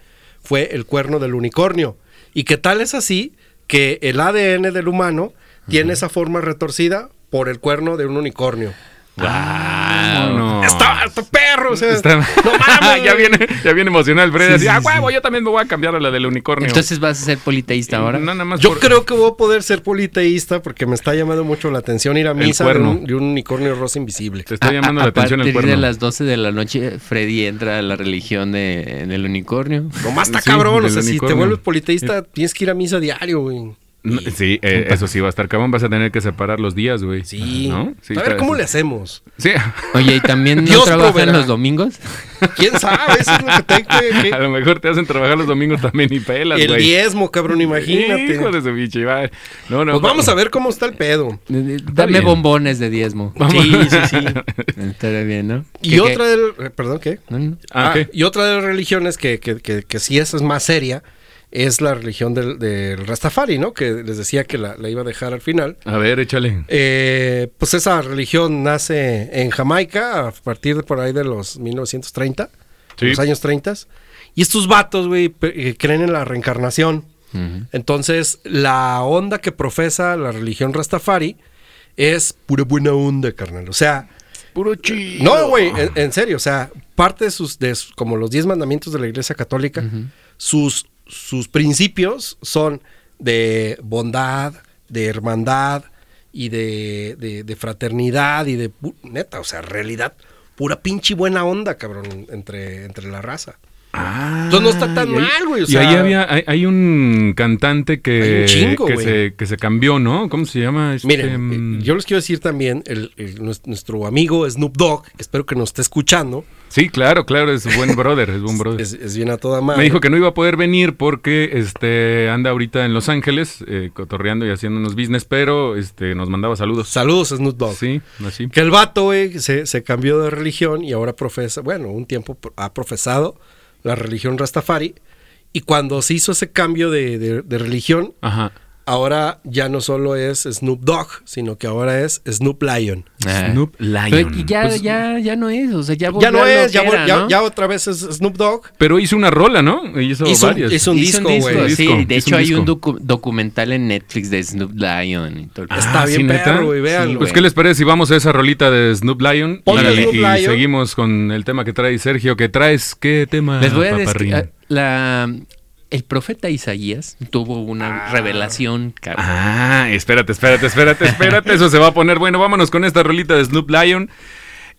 Speaker 4: fue el cuerno del unicornio. Y que tal es así que el ADN del humano tiene esa forma retorcida por el cuerno de un unicornio.
Speaker 3: Vámonos.
Speaker 4: ¡Está, está perro! o sea,
Speaker 3: Ah, Está-
Speaker 4: ¡No mames!
Speaker 3: ya viene, ya viene emocional, Freddy.
Speaker 2: Sí,
Speaker 3: así,
Speaker 2: sí,
Speaker 3: ah,
Speaker 2: sí.
Speaker 3: huevo, yo también me voy a cambiar a la del unicornio.
Speaker 2: Entonces vas a ser politeísta ahora.
Speaker 3: No, nada más
Speaker 4: Yo
Speaker 3: por-
Speaker 4: creo que voy a poder ser politeísta porque me está llamando mucho la atención ir a misa de
Speaker 3: cuerno.
Speaker 4: un, de un unicornio rosa invisible.
Speaker 3: Te está
Speaker 2: A-
Speaker 3: llamando
Speaker 2: a,
Speaker 3: la atención el
Speaker 2: partir
Speaker 3: cuerno.
Speaker 2: de las 12 de la noche, Freddy entra a la religión de, en el unicornio.
Speaker 4: Nomás está
Speaker 3: Sí,
Speaker 4: cabrón, o
Speaker 3: del
Speaker 4: sea, si te
Speaker 3: unicornio.
Speaker 4: vuelves politeísta tienes que ir a misa diario, güey.
Speaker 3: No, Sí, eh, eso sí va a estar cabrón. Vas a tener que separar los días, güey.
Speaker 4: Sí.
Speaker 3: ¿No? Sí,
Speaker 4: a ver,
Speaker 3: está-
Speaker 4: ¿cómo le hacemos?
Speaker 3: Sí.
Speaker 2: Oye, ¿y también no
Speaker 4: Dios
Speaker 2: trabajan
Speaker 4: proveerá.
Speaker 2: los domingos?
Speaker 4: ¿Quién sabe? Eso es lo que tengo que-
Speaker 3: A lo mejor te hacen trabajar los domingos también y pelas,
Speaker 4: El
Speaker 3: güey.
Speaker 4: diezmo, cabrón, imagínate.
Speaker 3: Hijo de su bicho, va. No, no.
Speaker 4: Pues vamos a ver cómo está el pedo.
Speaker 2: Eh, Dame
Speaker 3: bien.
Speaker 2: bombones de diezmo.
Speaker 3: Vamos.
Speaker 2: Estaría bien, ¿no?
Speaker 4: Y
Speaker 2: ¿Qué-
Speaker 4: otra
Speaker 2: qué?
Speaker 4: del... eh, Perdón, ¿qué?
Speaker 2: No, no.
Speaker 3: Ah,
Speaker 4: Ah,
Speaker 3: ok.
Speaker 4: Y otra de las religiones que, que, que- que sí esa es más seria es la religión del, del Rastafari, ¿no? Que les decía que la- la iba a dejar al final.
Speaker 3: A ver, échale.
Speaker 4: Eh, pues esa religión nace en Jamaica a partir de por ahí de los 1930,
Speaker 3: Sí.
Speaker 4: los años 30. Y estos vatos, güey, pe- eh, creen en la reencarnación. Entonces, la onda que profesa la religión Rastafari es pura buena onda, carnal. O sea,
Speaker 3: Puro chi.
Speaker 4: no, güey, en, en serio, o sea, parte de sus, de sus- como los 10 mandamientos de la Iglesia Católica, sus sus principios son de bondad, de hermandad y de, de- de fraternidad y de pu- neta, o sea, realidad, pura pinche buena onda, cabrón, entre, entre la raza. Entonces no está tan
Speaker 3: Ah, y ahí-
Speaker 4: mal, güey. o
Speaker 3: y ahí
Speaker 4: sea,
Speaker 3: había, hay, hay un cantante
Speaker 4: Hay
Speaker 3: que,
Speaker 4: un chingo,
Speaker 3: que,
Speaker 4: güey.
Speaker 3: se, que se cambió, ¿no? ¿Cómo se llama? Este,
Speaker 4: Miren,
Speaker 3: mm,
Speaker 4: eh, yo les quiero decir también, el- el- nues- nuestro amigo Snoop Dogg, que espero que nos esté escuchando,
Speaker 3: Sí, claro, claro, es buen brother, es buen brother.
Speaker 4: es, es bien a toda madre.
Speaker 3: Me dijo que no iba a poder venir porque este anda ahorita en Los Ángeles eh, cotorreando y haciendo unos business, pero este nos mandaba saludos.
Speaker 4: Saludos, Snoop Dogg.
Speaker 3: Sí, así.
Speaker 4: Que el vato, güey, se, se cambió de religión y ahora profesa, bueno, un tiempo pro- ha profesado la religión Rastafari. Y cuando se hizo ese cambio de, de- de religión,
Speaker 3: Ajá.
Speaker 4: ahora ya no solo es Snoop Dogg, sino que ahora es Snoop Lion.
Speaker 2: Ah.
Speaker 3: Snoop
Speaker 2: Pero
Speaker 3: Lion.
Speaker 2: y ya,
Speaker 3: Pues,
Speaker 2: ya, ya no es, o sea, ya volvió
Speaker 4: Ya no
Speaker 2: a lo
Speaker 4: es, ya,
Speaker 2: que
Speaker 4: vol-
Speaker 2: era,
Speaker 4: ya-
Speaker 2: ¿no?
Speaker 4: ya otra vez es Snoop Dogg.
Speaker 3: Pero hizo una rola, ¿no? Hizo,
Speaker 4: Hizo un-
Speaker 3: varias.
Speaker 4: hizo un
Speaker 2: Hizo
Speaker 4: disco, güey.
Speaker 2: sí,
Speaker 3: Disco,
Speaker 2: de
Speaker 3: hizo
Speaker 2: hecho
Speaker 3: un
Speaker 2: hay un
Speaker 3: disco.
Speaker 2: docu-
Speaker 3: Ah,
Speaker 2: documental en Netflix de Snoop Lion. y todo el-
Speaker 4: Está
Speaker 3: ¿sí,
Speaker 4: bien
Speaker 3: neta?
Speaker 4: perro, güey, véanlo.
Speaker 3: Pues, ¿qué les parece si vamos a esa rolita de Snoop Lion?
Speaker 4: Ponle
Speaker 3: y,
Speaker 4: Snoop
Speaker 3: y
Speaker 4: Lion.
Speaker 3: seguimos con el tema que trae Sergio. ¿Qué traes? ¿Qué
Speaker 4: Ah,
Speaker 3: tema?
Speaker 2: Les voy a
Speaker 3: paparrín?
Speaker 2: decir, la, el profeta Isaías tuvo una revelación, cabrón.
Speaker 3: Ah, espérate, espérate, espérate, espérate. Eso se va a poner. Bueno, vámonos con esta rolita de Snoop Lion.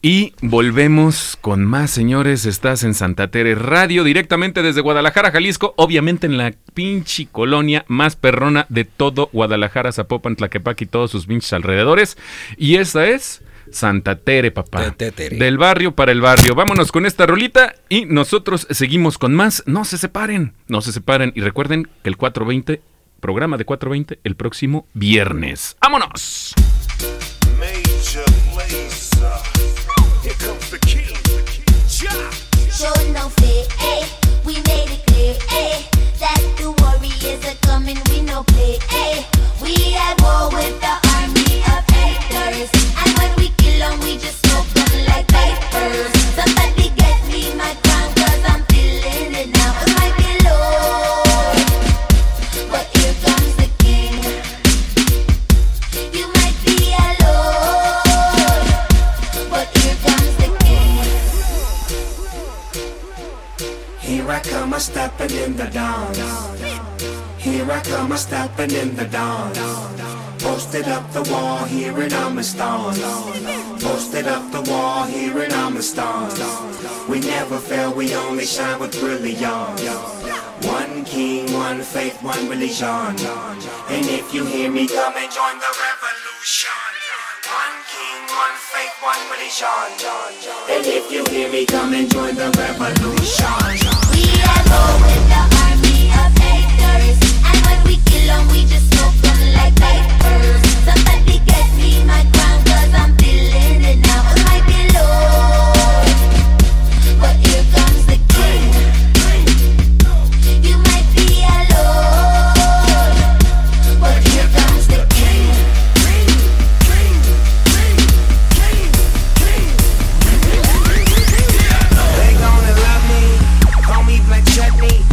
Speaker 3: Y volvemos con más, señores. Estás en Santa Tere Radio, directamente desde Guadalajara, Jalisco. Obviamente en la pinche colonia más perrona de todo Guadalajara, Zapopan, Tlaquepaque y todos sus pinches alrededores. Y esa es Santa Tere, papá.
Speaker 4: Te- te- tere.
Speaker 3: Del barrio para el barrio. Vámonos con esta rolita y nosotros seguimos con más. No se separen, no se separen. Y recuerden que el 420, programa de 420, el próximo viernes. ¡Vámonos!
Speaker 10: Major Lazer. Here comes the king. Ja.
Speaker 5: Show no fear, ayy. We made it clear, ayy. That the warriors are coming, we no play, ayy. We at war with the army of haters. And when we kill 'em, we just smoke them like papers. Somebody get me my crown, cause I'm feeling it now. It might be low, but here comes the king. You might be alone, but here comes the king.
Speaker 10: Here I come, a stepping in the dawn. Here I come, a stepping in the dawn. Posted up the wall, here it I'm a star. Posted up the wall, here it I'm a star. We never fail, we only shine with brilliance. One king, one faith, one religion. And if you hear me, come and join the revolution. One king, one faith, one religion. And if you hear me, come and join the revolution.
Speaker 5: We are war with the army of haters, and when we kill 'em, we just smoke 'em like papers. Somebody get me my crown, 'cause I'm feeling it now. It might be low, but here comes the king. You might be alone, but here comes the king.
Speaker 10: They gonna love me, call me Black Chutney.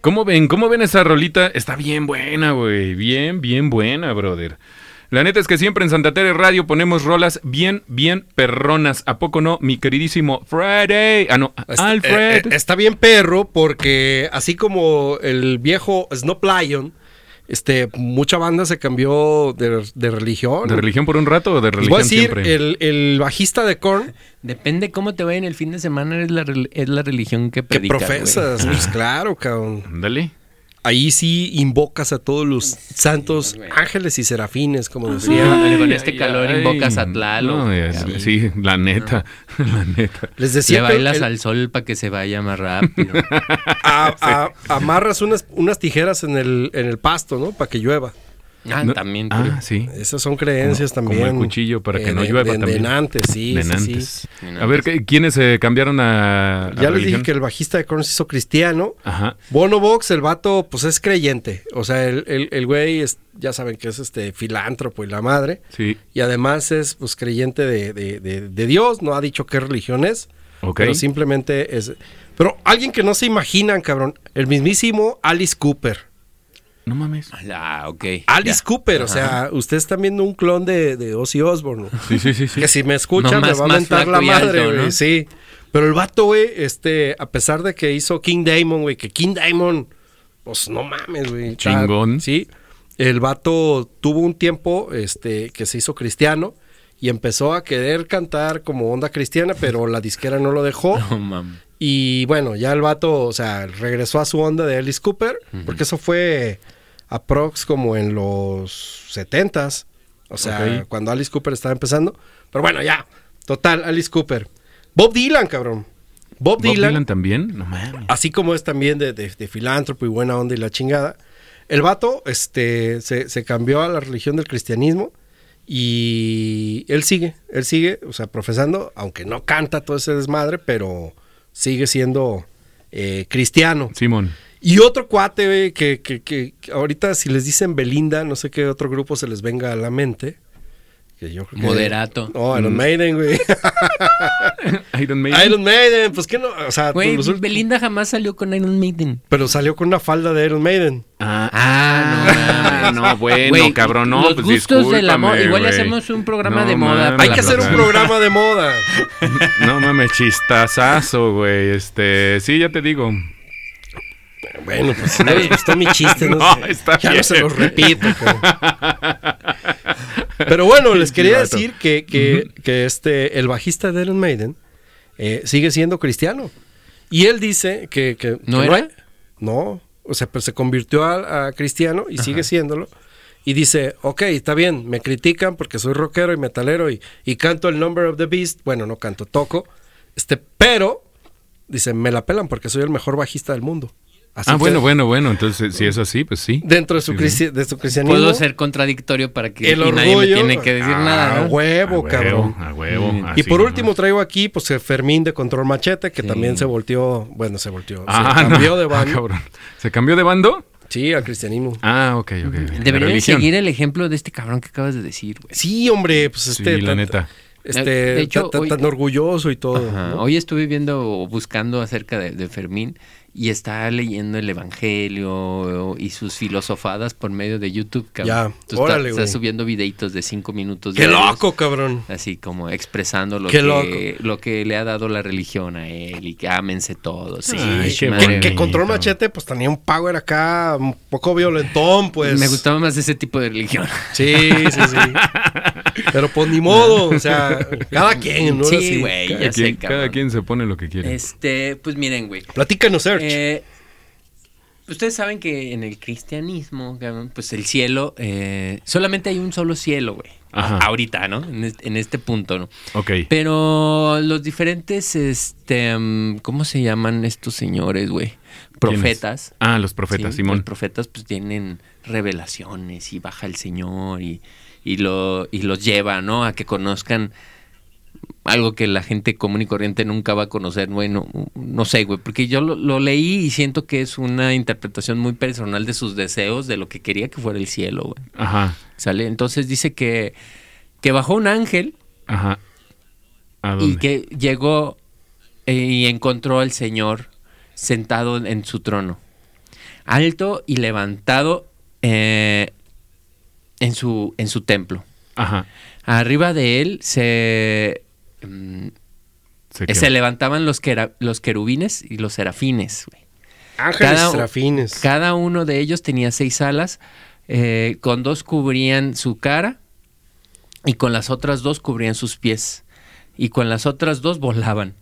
Speaker 3: ¿Cómo ven? ¿Cómo ven esa rolita? Está bien buena, güey. Bien, bien buena, brother. La neta es que siempre en Santa Tere Radio ponemos rolas bien, bien perronas. ¿A poco no, mi queridísimo Friday? Ah, no, Alfred.
Speaker 4: Eh, eh, está bien perro porque así como el viejo Snow Lion, este, mucha banda se cambió de, de religión.
Speaker 3: ¿De religión por un rato o de
Speaker 4: Y
Speaker 3: religión
Speaker 4: voy a decir,
Speaker 3: siempre?
Speaker 4: el, el bajista de Korn
Speaker 2: Depende cómo te vaya en el fin de semana, es la, rel- es la religión que
Speaker 4: que
Speaker 2: predicas. güey. Ah.
Speaker 4: profesas, pues claro, cabrón.
Speaker 3: Ándale.
Speaker 4: Ahí sí invocas a todos los santos ángeles y serafines, como decía.
Speaker 2: Ay, con este calor
Speaker 3: ay,
Speaker 2: invocas a Tlaloc.
Speaker 3: no, es- sí, la neta, la neta.
Speaker 4: Les
Speaker 2: Le
Speaker 4: decía que
Speaker 2: bailas
Speaker 4: el-
Speaker 2: al sol para que se vaya más rápido.
Speaker 4: a- a- amarras unas, unas tijeras en el, en el pasto, ¿no? Para que llueva.
Speaker 2: Ah,
Speaker 3: No,
Speaker 2: también. creo.
Speaker 3: Ah, sí.
Speaker 4: Esas son creencias
Speaker 3: Como
Speaker 4: también.
Speaker 3: el cuchillo para que
Speaker 4: eh,
Speaker 3: no
Speaker 4: de-
Speaker 3: llueva
Speaker 4: de- de
Speaker 3: también.
Speaker 4: Nantes, sí,
Speaker 3: De
Speaker 4: sí, sí.
Speaker 3: Nantes. A ver, ¿qué- ¿quiénes se cambiaron a, a
Speaker 4: Ya les dije
Speaker 3: religión?
Speaker 4: que el bajista de Korn se hizo cristiano.
Speaker 3: Ajá.
Speaker 4: Bono Box, el vato, pues es creyente. O sea, el, el, el güey, es, ya saben que es este filántropo y la madre.
Speaker 3: Sí.
Speaker 4: Y además es pues creyente de, de- de- de Dios, no ha dicho qué religión es.
Speaker 3: Ok.
Speaker 4: Pero simplemente es. Pero alguien que no se imaginan, cabrón. El mismísimo Alice Cooper.
Speaker 3: No mames.
Speaker 2: Ah, ok.
Speaker 4: Alice
Speaker 2: ya.
Speaker 4: Cooper, o sea, ustedes están viendo un clon de, de Ozzy Osbourne. ¿no?
Speaker 3: Sí, sí, sí, sí.
Speaker 4: Que si me
Speaker 2: No,
Speaker 4: escuchan
Speaker 2: más-
Speaker 4: me va
Speaker 2: más
Speaker 4: a mentar la
Speaker 2: flaco y
Speaker 4: madre,
Speaker 2: alto,
Speaker 4: güey.
Speaker 2: ¿no?
Speaker 4: Sí. Pero el vato, güey, este, a pesar de que hizo King Diamond, güey, que King Diamond, pues no mames, güey. está-
Speaker 3: Chingón.
Speaker 4: Sí. El vato tuvo un tiempo, este, que se hizo cristiano y empezó a querer cantar como onda cristiana, pero la disquera no lo dejó.
Speaker 2: No, mames.
Speaker 4: Y bueno, ya el vato, o sea, regresó a su onda de Alice Cooper, porque eso fue aprox como en los 70s, o sea,
Speaker 3: Ok.
Speaker 4: cuando Alice Cooper estaba empezando. Pero bueno, ya, total, Alice Cooper. Bob Dylan, cabrón. Bob,
Speaker 3: Bob
Speaker 4: Dylan,
Speaker 3: Dylan también. No mames.
Speaker 4: así como es también de, de- de filántropo y buena onda y la chingada. El vato este, se, se cambió a la religión del cristianismo y él sigue, él sigue, o sea, profesando, aunque no canta todo ese desmadre, pero sigue siendo eh, cristiano.
Speaker 3: Simón.
Speaker 4: Y otro cuate güey, que, que- que ahorita si les dicen Belinda, no sé qué otro grupo se les venga a la mente. Que yo creo que-
Speaker 2: Moderato.
Speaker 4: No, Iron Maiden, güey.
Speaker 3: Mm. Iron Maiden.
Speaker 4: Iron Maiden, pues que no, o sea,
Speaker 2: Güey,
Speaker 4: los ult-
Speaker 2: Belinda jamás salió con Iron Maiden.
Speaker 4: pero salió con una falda de Iron Maiden.
Speaker 3: Ah,
Speaker 2: Ah,
Speaker 3: no, bueno,
Speaker 2: Güey,
Speaker 3: cabrón, no,
Speaker 2: Los
Speaker 3: pues
Speaker 2: gustos del
Speaker 3: discúlpame,
Speaker 2: amor. Igual
Speaker 3: güey.
Speaker 2: hacemos un programa
Speaker 3: No
Speaker 2: de moda.
Speaker 3: mames.
Speaker 2: para
Speaker 4: Hay
Speaker 2: la
Speaker 4: que hacer un
Speaker 2: próxima.
Speaker 4: programa de moda.
Speaker 3: no mames, chistazazo, güey. Este, sí, ya te digo.
Speaker 4: Bueno, pues si no les gustó mi chiste, no,
Speaker 3: No,
Speaker 4: sé.
Speaker 3: está
Speaker 4: ya
Speaker 3: bien.
Speaker 4: no se los repito. cabrón. Pero bueno, les quería
Speaker 3: Vato.
Speaker 4: decir que, que- que este, el bajista de Iron Maiden eh, sigue siendo cristiano. Y él dice que, que- que
Speaker 2: ¿No era?
Speaker 4: hay- no, o sea, pero se convirtió a, a cristiano y sigue siéndolo. Y dice, ok, está bien, me critican porque soy rockero y metalero y, y canto el Number of the Beast. Bueno, no canto, toco. Este, pero, dice, me la pelan porque soy el mejor bajista del mundo. Así
Speaker 3: Ah,
Speaker 4: que-
Speaker 3: bueno, bueno, bueno. Entonces, si es así, pues sí.
Speaker 4: Dentro de su,
Speaker 3: Sí,
Speaker 4: cristi- de su cristianismo.
Speaker 2: Puedo ser contradictorio para que
Speaker 4: el
Speaker 2: y
Speaker 4: orgullo.
Speaker 2: nadie me tiene que decir
Speaker 4: Ah,
Speaker 2: nada. ¿no? Mm.
Speaker 3: A
Speaker 4: huevo, cabrón.
Speaker 3: A huevo.
Speaker 4: Y
Speaker 3: así
Speaker 4: por
Speaker 3: nomás.
Speaker 4: último traigo aquí, pues el Fermín de Control Machete, que también se volteó, bueno, se volteó,
Speaker 3: Ah,
Speaker 4: se cambió
Speaker 3: no.
Speaker 4: de
Speaker 3: Ah,
Speaker 4: bando.
Speaker 3: cabrón. ¿Se cambió de bando?
Speaker 4: sí, al cristianismo.
Speaker 3: Ah, ok, ok. ok. La
Speaker 2: Deberían
Speaker 3: religión.
Speaker 2: seguir el ejemplo de este cabrón que acabas de decir, güey.
Speaker 4: Sí, hombre, pues este.
Speaker 3: Sí, la
Speaker 4: tan-
Speaker 3: neta.
Speaker 4: Este,
Speaker 2: De hecho,
Speaker 4: tan- tan,
Speaker 2: hoy-
Speaker 4: tan orgulloso y todo.
Speaker 2: Ajá.
Speaker 4: ¿no?
Speaker 2: Hoy estuve viendo o buscando acerca de, de Fermín y está leyendo el Evangelio y sus filosofadas por medio de YouTube. Cabrón.
Speaker 4: Ya,
Speaker 2: Tú
Speaker 4: órale,
Speaker 2: está,
Speaker 4: güey.
Speaker 2: está subiendo videitos de cinco minutos.
Speaker 4: ¡Qué
Speaker 2: diarios,
Speaker 4: loco, cabrón!
Speaker 2: Así como expresando lo
Speaker 4: Qué
Speaker 2: que, lo que le ha dado la religión a él y que ámense todos. Sí,
Speaker 3: Ay, qué
Speaker 2: madre
Speaker 4: Que, que
Speaker 2: mía.
Speaker 4: Control Machete, pues tenía un power acá un poco violentón, pues.
Speaker 2: Me gustaba más ese tipo de religión.
Speaker 4: Sí, sí, sí. Pero pues ni modo, o sea, cada quien, ¿no? Ahora
Speaker 2: Sí, güey,
Speaker 3: Cada
Speaker 2: ya
Speaker 3: quien,
Speaker 2: sé, cabrón.
Speaker 3: cada quien se pone lo que quiere.
Speaker 2: Este, pues miren, güey.
Speaker 4: Platícanos, Serge.
Speaker 2: Eh, ustedes saben que en el cristianismo, cabrón, pues el cielo, eh, solamente hay un solo cielo, güey.
Speaker 3: Ajá.
Speaker 2: Ahorita, ¿no? En este, en este punto, ¿no?
Speaker 3: Ok.
Speaker 2: Pero los diferentes, este, mm, ¿cómo se llaman estos señores, güey? Profetas.
Speaker 3: ¿Quiénes? Ah, los profetas,
Speaker 2: Sí,
Speaker 3: Simón.
Speaker 2: Los profetas pues tienen revelaciones y baja el Señor y, y lo, y los lleva, ¿no? A que conozcan algo que la gente común y corriente nunca va a conocer, bueno, no sé, güey, porque yo lo, lo leí y siento que es una interpretación muy personal de sus deseos, de lo que quería que fuera el cielo, güey.
Speaker 3: Ajá,
Speaker 2: ¿Sale? Entonces dice que, que bajó un ángel
Speaker 3: ajá. ¿A dónde?
Speaker 2: y que llegó eh, y encontró al Señor sentado en su trono. alto y levantado eh, en, su, en su templo.
Speaker 3: Ajá.
Speaker 2: Arriba de él se, mm,
Speaker 3: Se
Speaker 2: se levantaban los, quera- los querubines y los serafines. güey.
Speaker 4: Ángeles
Speaker 2: Cada-
Speaker 4: serafines.
Speaker 2: Cada uno de ellos tenía seis alas, eh, con dos cubrían su cara y con las otras dos cubrían sus pies. Y con las otras dos volaban.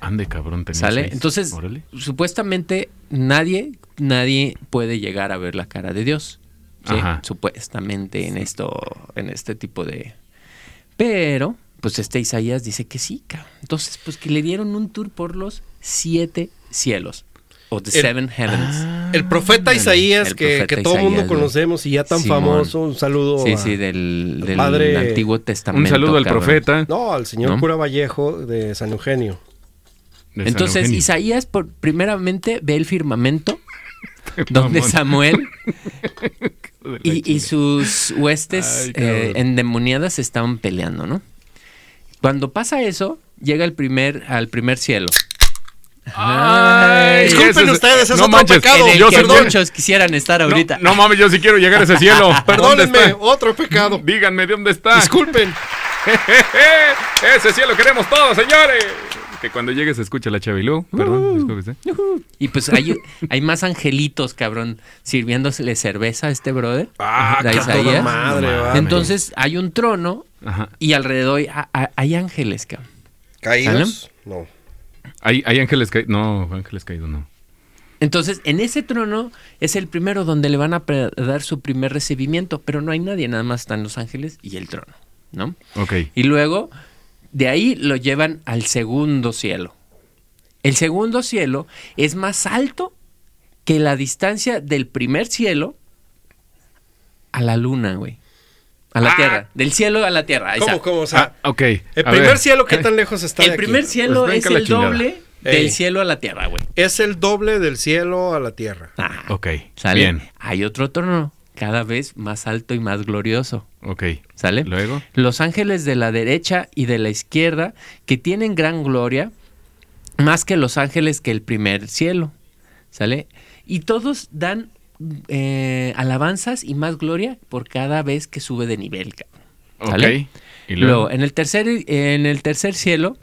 Speaker 3: Ande, cabrón, tenía
Speaker 2: ¿Sale?
Speaker 3: seis.
Speaker 2: Entonces,
Speaker 3: Órale.
Speaker 2: supuestamente nadie, nadie puede llegar a ver la cara de Dios. ¿sí?
Speaker 3: Ajá.
Speaker 2: Supuestamente en esto, en este tipo de. Pero, pues este Isaías dice que sí, cabrón. Entonces, pues que le dieron un tour por los siete cielos. O the
Speaker 4: El-
Speaker 3: Er
Speaker 4: Ah,
Speaker 2: seven heavens.
Speaker 4: El profeta Isaías,
Speaker 2: El
Speaker 4: que,
Speaker 2: profeta
Speaker 4: que todo el mundo
Speaker 2: Isaías, güey.
Speaker 4: conocemos y ya tan
Speaker 2: Simón.
Speaker 4: famoso, un saludo
Speaker 2: Sí,
Speaker 4: a-
Speaker 2: sí, del, del
Speaker 4: padre-
Speaker 2: Antiguo Testamento.
Speaker 3: Un saludo al
Speaker 2: cabrón.
Speaker 3: profeta.
Speaker 4: No, al señor
Speaker 2: ¿No?
Speaker 4: cura Vallejo de San Eugenio.
Speaker 3: de San
Speaker 2: Entonces,
Speaker 3: Eugenio.
Speaker 2: Isaías, por, primeramente, ve el firmamento donde
Speaker 3: Mamón.
Speaker 2: Samuel
Speaker 3: De la
Speaker 2: y, y sus huestes
Speaker 3: Ay, cabrón.
Speaker 2: eh, endemoniadas estaban peleando, ¿no? Cuando pasa eso, llega el primer, al primer cielo.
Speaker 3: Ay,
Speaker 4: Disculpen
Speaker 3: eso
Speaker 4: ustedes, es otro pecado.
Speaker 2: En el
Speaker 3: Yo
Speaker 2: que
Speaker 3: perdón.
Speaker 2: muchos quisieran estar
Speaker 3: No,
Speaker 2: ahorita.
Speaker 3: No, mames, yo sí quiero llegar a ese cielo. Perdón,
Speaker 4: Perdónenme, otro pecado.
Speaker 3: Díganme de dónde está.
Speaker 4: Disculpen.
Speaker 3: ese cielo queremos todos, señores. Que cuando llegue se escucha la Chavilú. Perdón, disculpe, ¿eh?
Speaker 2: Y pues hay, hay más angelitos, cabrón, sirviéndosele cerveza a este brother.
Speaker 3: Ah,
Speaker 2: de
Speaker 3: qué
Speaker 4: toda
Speaker 2: Isaías.
Speaker 4: madre, va.
Speaker 2: Entonces hay un trono
Speaker 3: Ajá.
Speaker 2: y alrededor hay, a- hay ángeles, cabrón.
Speaker 4: ¿Caídos? No.
Speaker 3: Hay, hay ángeles caídos. No, ángeles caídos no.
Speaker 2: Entonces, en ese trono es el primero donde le van a pre- dar su primer recibimiento, pero no hay nadie, nada más están los ángeles y el trono, ¿no?
Speaker 3: Ok.
Speaker 2: Y luego, de ahí lo llevan al segundo cielo. El segundo cielo es más alto que la distancia del primer cielo a la luna, güey. A la
Speaker 3: Ah.
Speaker 2: tierra. Del cielo a la tierra. ahí
Speaker 4: ¿Cómo,
Speaker 2: está.
Speaker 4: cómo? O sea,
Speaker 3: Ah, ok.
Speaker 4: el
Speaker 3: A
Speaker 4: primer
Speaker 3: ver.
Speaker 4: cielo, ¿qué tan lejos está de
Speaker 2: El
Speaker 4: aquí?
Speaker 2: primer cielo
Speaker 3: Pues
Speaker 2: es
Speaker 3: brinca la
Speaker 2: el
Speaker 3: chingada.
Speaker 2: doble
Speaker 4: Ey.
Speaker 2: del cielo a la tierra, güey.
Speaker 4: Es el doble del cielo a la tierra.
Speaker 2: Ajá.
Speaker 3: Ok.
Speaker 2: Ah, ¿Sale?
Speaker 3: Bien.
Speaker 2: Hay otro trono, cada vez más alto y más glorioso.
Speaker 3: Ok.
Speaker 2: ¿Sale?
Speaker 3: Luego.
Speaker 2: Los ángeles de la derecha y de la izquierda, que tienen gran gloria, más que los ángeles que el primer cielo. ¿Sale? Y todos dan eh, alabanzas y más gloria por cada vez que sube de nivel. cabrón.
Speaker 3: Ok.
Speaker 2: ¿Sale?
Speaker 3: Y
Speaker 2: Luego,
Speaker 3: luego.
Speaker 2: en el tercer, en el tercer cielo,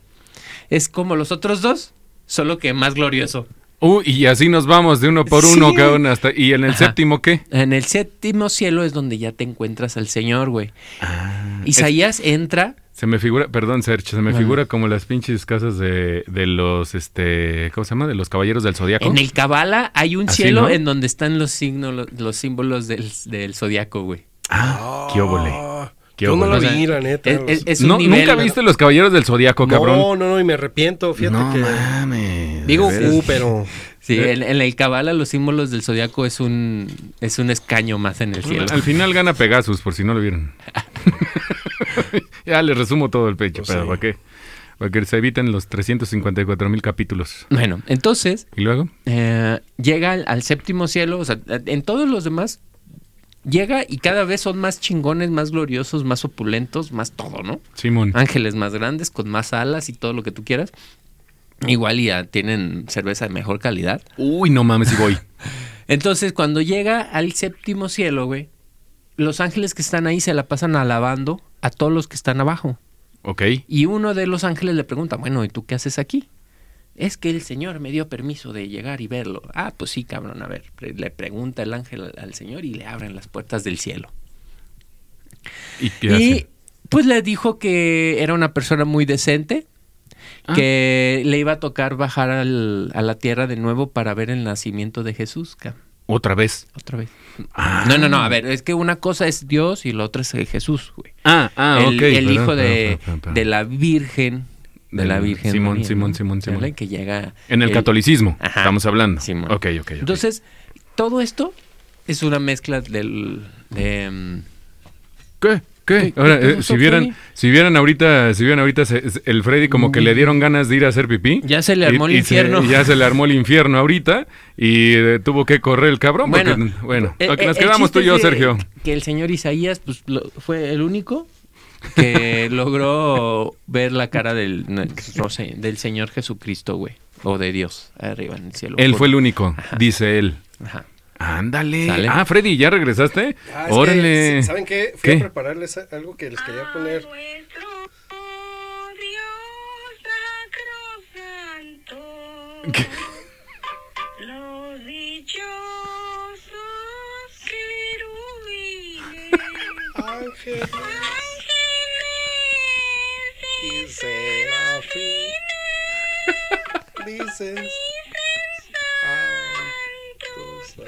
Speaker 2: es como los otros dos, solo que más glorioso.
Speaker 3: Uh, y así nos vamos de uno por uno,
Speaker 2: Sí.
Speaker 3: cabrón. Hasta... ¿Y en el
Speaker 2: Ajá.
Speaker 3: séptimo qué?
Speaker 2: En el séptimo cielo es donde ya te encuentras al Señor, güey.
Speaker 3: Ah.
Speaker 2: Isaías entra.
Speaker 3: Se me figura, perdón, Sergio, se
Speaker 2: Ah,
Speaker 3: me
Speaker 2: Ajá.
Speaker 3: figura como las pinches casas de, de los, este, ¿cómo se llama? De los caballeros del zodiaco.
Speaker 2: En el Kabbalah hay un
Speaker 3: Así,
Speaker 2: cielo
Speaker 3: ¿Ah, ¿no?
Speaker 2: en donde están los signos, los, símbolos del, del zodiaco, güey.
Speaker 3: Ah, qué óvole. Qué
Speaker 4: Yo no
Speaker 3: óvole.
Speaker 4: lo vi, la neta.
Speaker 2: Es,
Speaker 4: los-
Speaker 2: es- es un
Speaker 3: No,
Speaker 2: nivel,
Speaker 3: ¿Nunca
Speaker 2: güey.
Speaker 3: viste los caballeros del zodiaco, cabrón?
Speaker 4: No, no, no, y me arrepiento, fíjate que...
Speaker 3: mames.
Speaker 4: Digo,
Speaker 3: de veras.
Speaker 4: uh, pero...
Speaker 2: Sí, en, en el Kabbalah los símbolos del zodiaco es un es un escaño más en el cielo.
Speaker 3: Al final gana Pegasus, por si no lo vieron. ya les resumo todo el pecho,
Speaker 4: Pues
Speaker 3: pero
Speaker 4: sí.
Speaker 3: ¿para qué? Para que se eviten los 354 mil capítulos.
Speaker 2: Bueno, entonces
Speaker 3: ¿Y luego?
Speaker 2: eh, llega al, al séptimo cielo, o sea, en todos los demás llega y cada vez son más chingones, más gloriosos, más opulentos, más todo, ¿no?
Speaker 3: Simón.
Speaker 2: ángeles más grandes, con más alas y todo lo que tú quieras. Igual y ya tienen cerveza de mejor calidad.
Speaker 3: Uy, no mames, y voy.
Speaker 2: Entonces, cuando llega al séptimo cielo, güey, los ángeles que están ahí se la pasan alabando a todos los que están abajo.
Speaker 3: ok.
Speaker 2: Y uno de los ángeles le pregunta, bueno, ¿y tú qué haces aquí? Es que el Señor me dio permiso de llegar y verlo. Ah, pues sí, cabrón, a ver. pre- Le pregunta el ángel al- al Señor y le abren las puertas del cielo.
Speaker 3: ¿Y qué
Speaker 2: Y
Speaker 3: hacen?
Speaker 2: pues le dijo que era una persona muy decente,
Speaker 3: Ah.
Speaker 2: que le iba a tocar bajar al- a la tierra de nuevo para ver el nacimiento de Jesús. ca-
Speaker 3: Otra vez.
Speaker 2: Otra vez.
Speaker 3: Ah.
Speaker 2: No, no, no, a ver, es que una cosa es Dios y la otra es eh, Jesús, güey.
Speaker 3: Ah, ah,
Speaker 2: el,
Speaker 3: ok.
Speaker 2: el
Speaker 3: Perdón,
Speaker 2: hijo de,
Speaker 3: perdón, perdón, perdón.
Speaker 2: de la Virgen. De
Speaker 3: Del-
Speaker 2: la Virgen.
Speaker 3: Simón,
Speaker 2: María,
Speaker 3: Simón,
Speaker 2: ¿no?
Speaker 3: Simón, Simón.
Speaker 2: ¿Sale? Que llega.
Speaker 3: En el catolicismo, estamos hablando.
Speaker 2: Simón.
Speaker 3: Ok, ok, ok.
Speaker 2: Entonces, todo esto es una mezcla del. de, mm,
Speaker 3: ¿Qué?
Speaker 2: ¿Qué-
Speaker 3: ¿Qué? Ahora,
Speaker 2: qué
Speaker 3: eh,
Speaker 2: pasó,
Speaker 3: si vieran,
Speaker 2: Freddy?
Speaker 3: si vieran ahorita, si vieran ahorita se- se- el Freddy como que le dieron ganas de ir a hacer pipí.
Speaker 2: Mm. Ya se le
Speaker 3: Y-
Speaker 2: armó el
Speaker 3: y se-
Speaker 2: infierno.
Speaker 3: ya se le armó el infierno ahorita y eh, tuvo que correr el cabrón. Bueno,
Speaker 2: Bueno,
Speaker 3: bueno
Speaker 2: eh,
Speaker 3: ok,
Speaker 2: eh,
Speaker 3: nos
Speaker 2: el
Speaker 3: quedamos tú y
Speaker 2: chiste
Speaker 3: yo,
Speaker 2: es de
Speaker 3: Sergio.
Speaker 2: Que el señor Isaías pues, lo- fue el único que logró ver la cara del, no sé, del señor Jesucristo, güey. O de Dios, arriba en el cielo.
Speaker 3: Él
Speaker 2: Por-
Speaker 3: fue el único,
Speaker 2: Ajá.
Speaker 3: dice él.
Speaker 2: Ajá.
Speaker 3: Ándale. Ah, Freddy, ¿ya regresaste?
Speaker 4: Ah, es
Speaker 3: Órale.
Speaker 4: que, ¿Saben qué? Fui a prepararles a- algo que les quería poner. Ángeles y serafines dicen santo,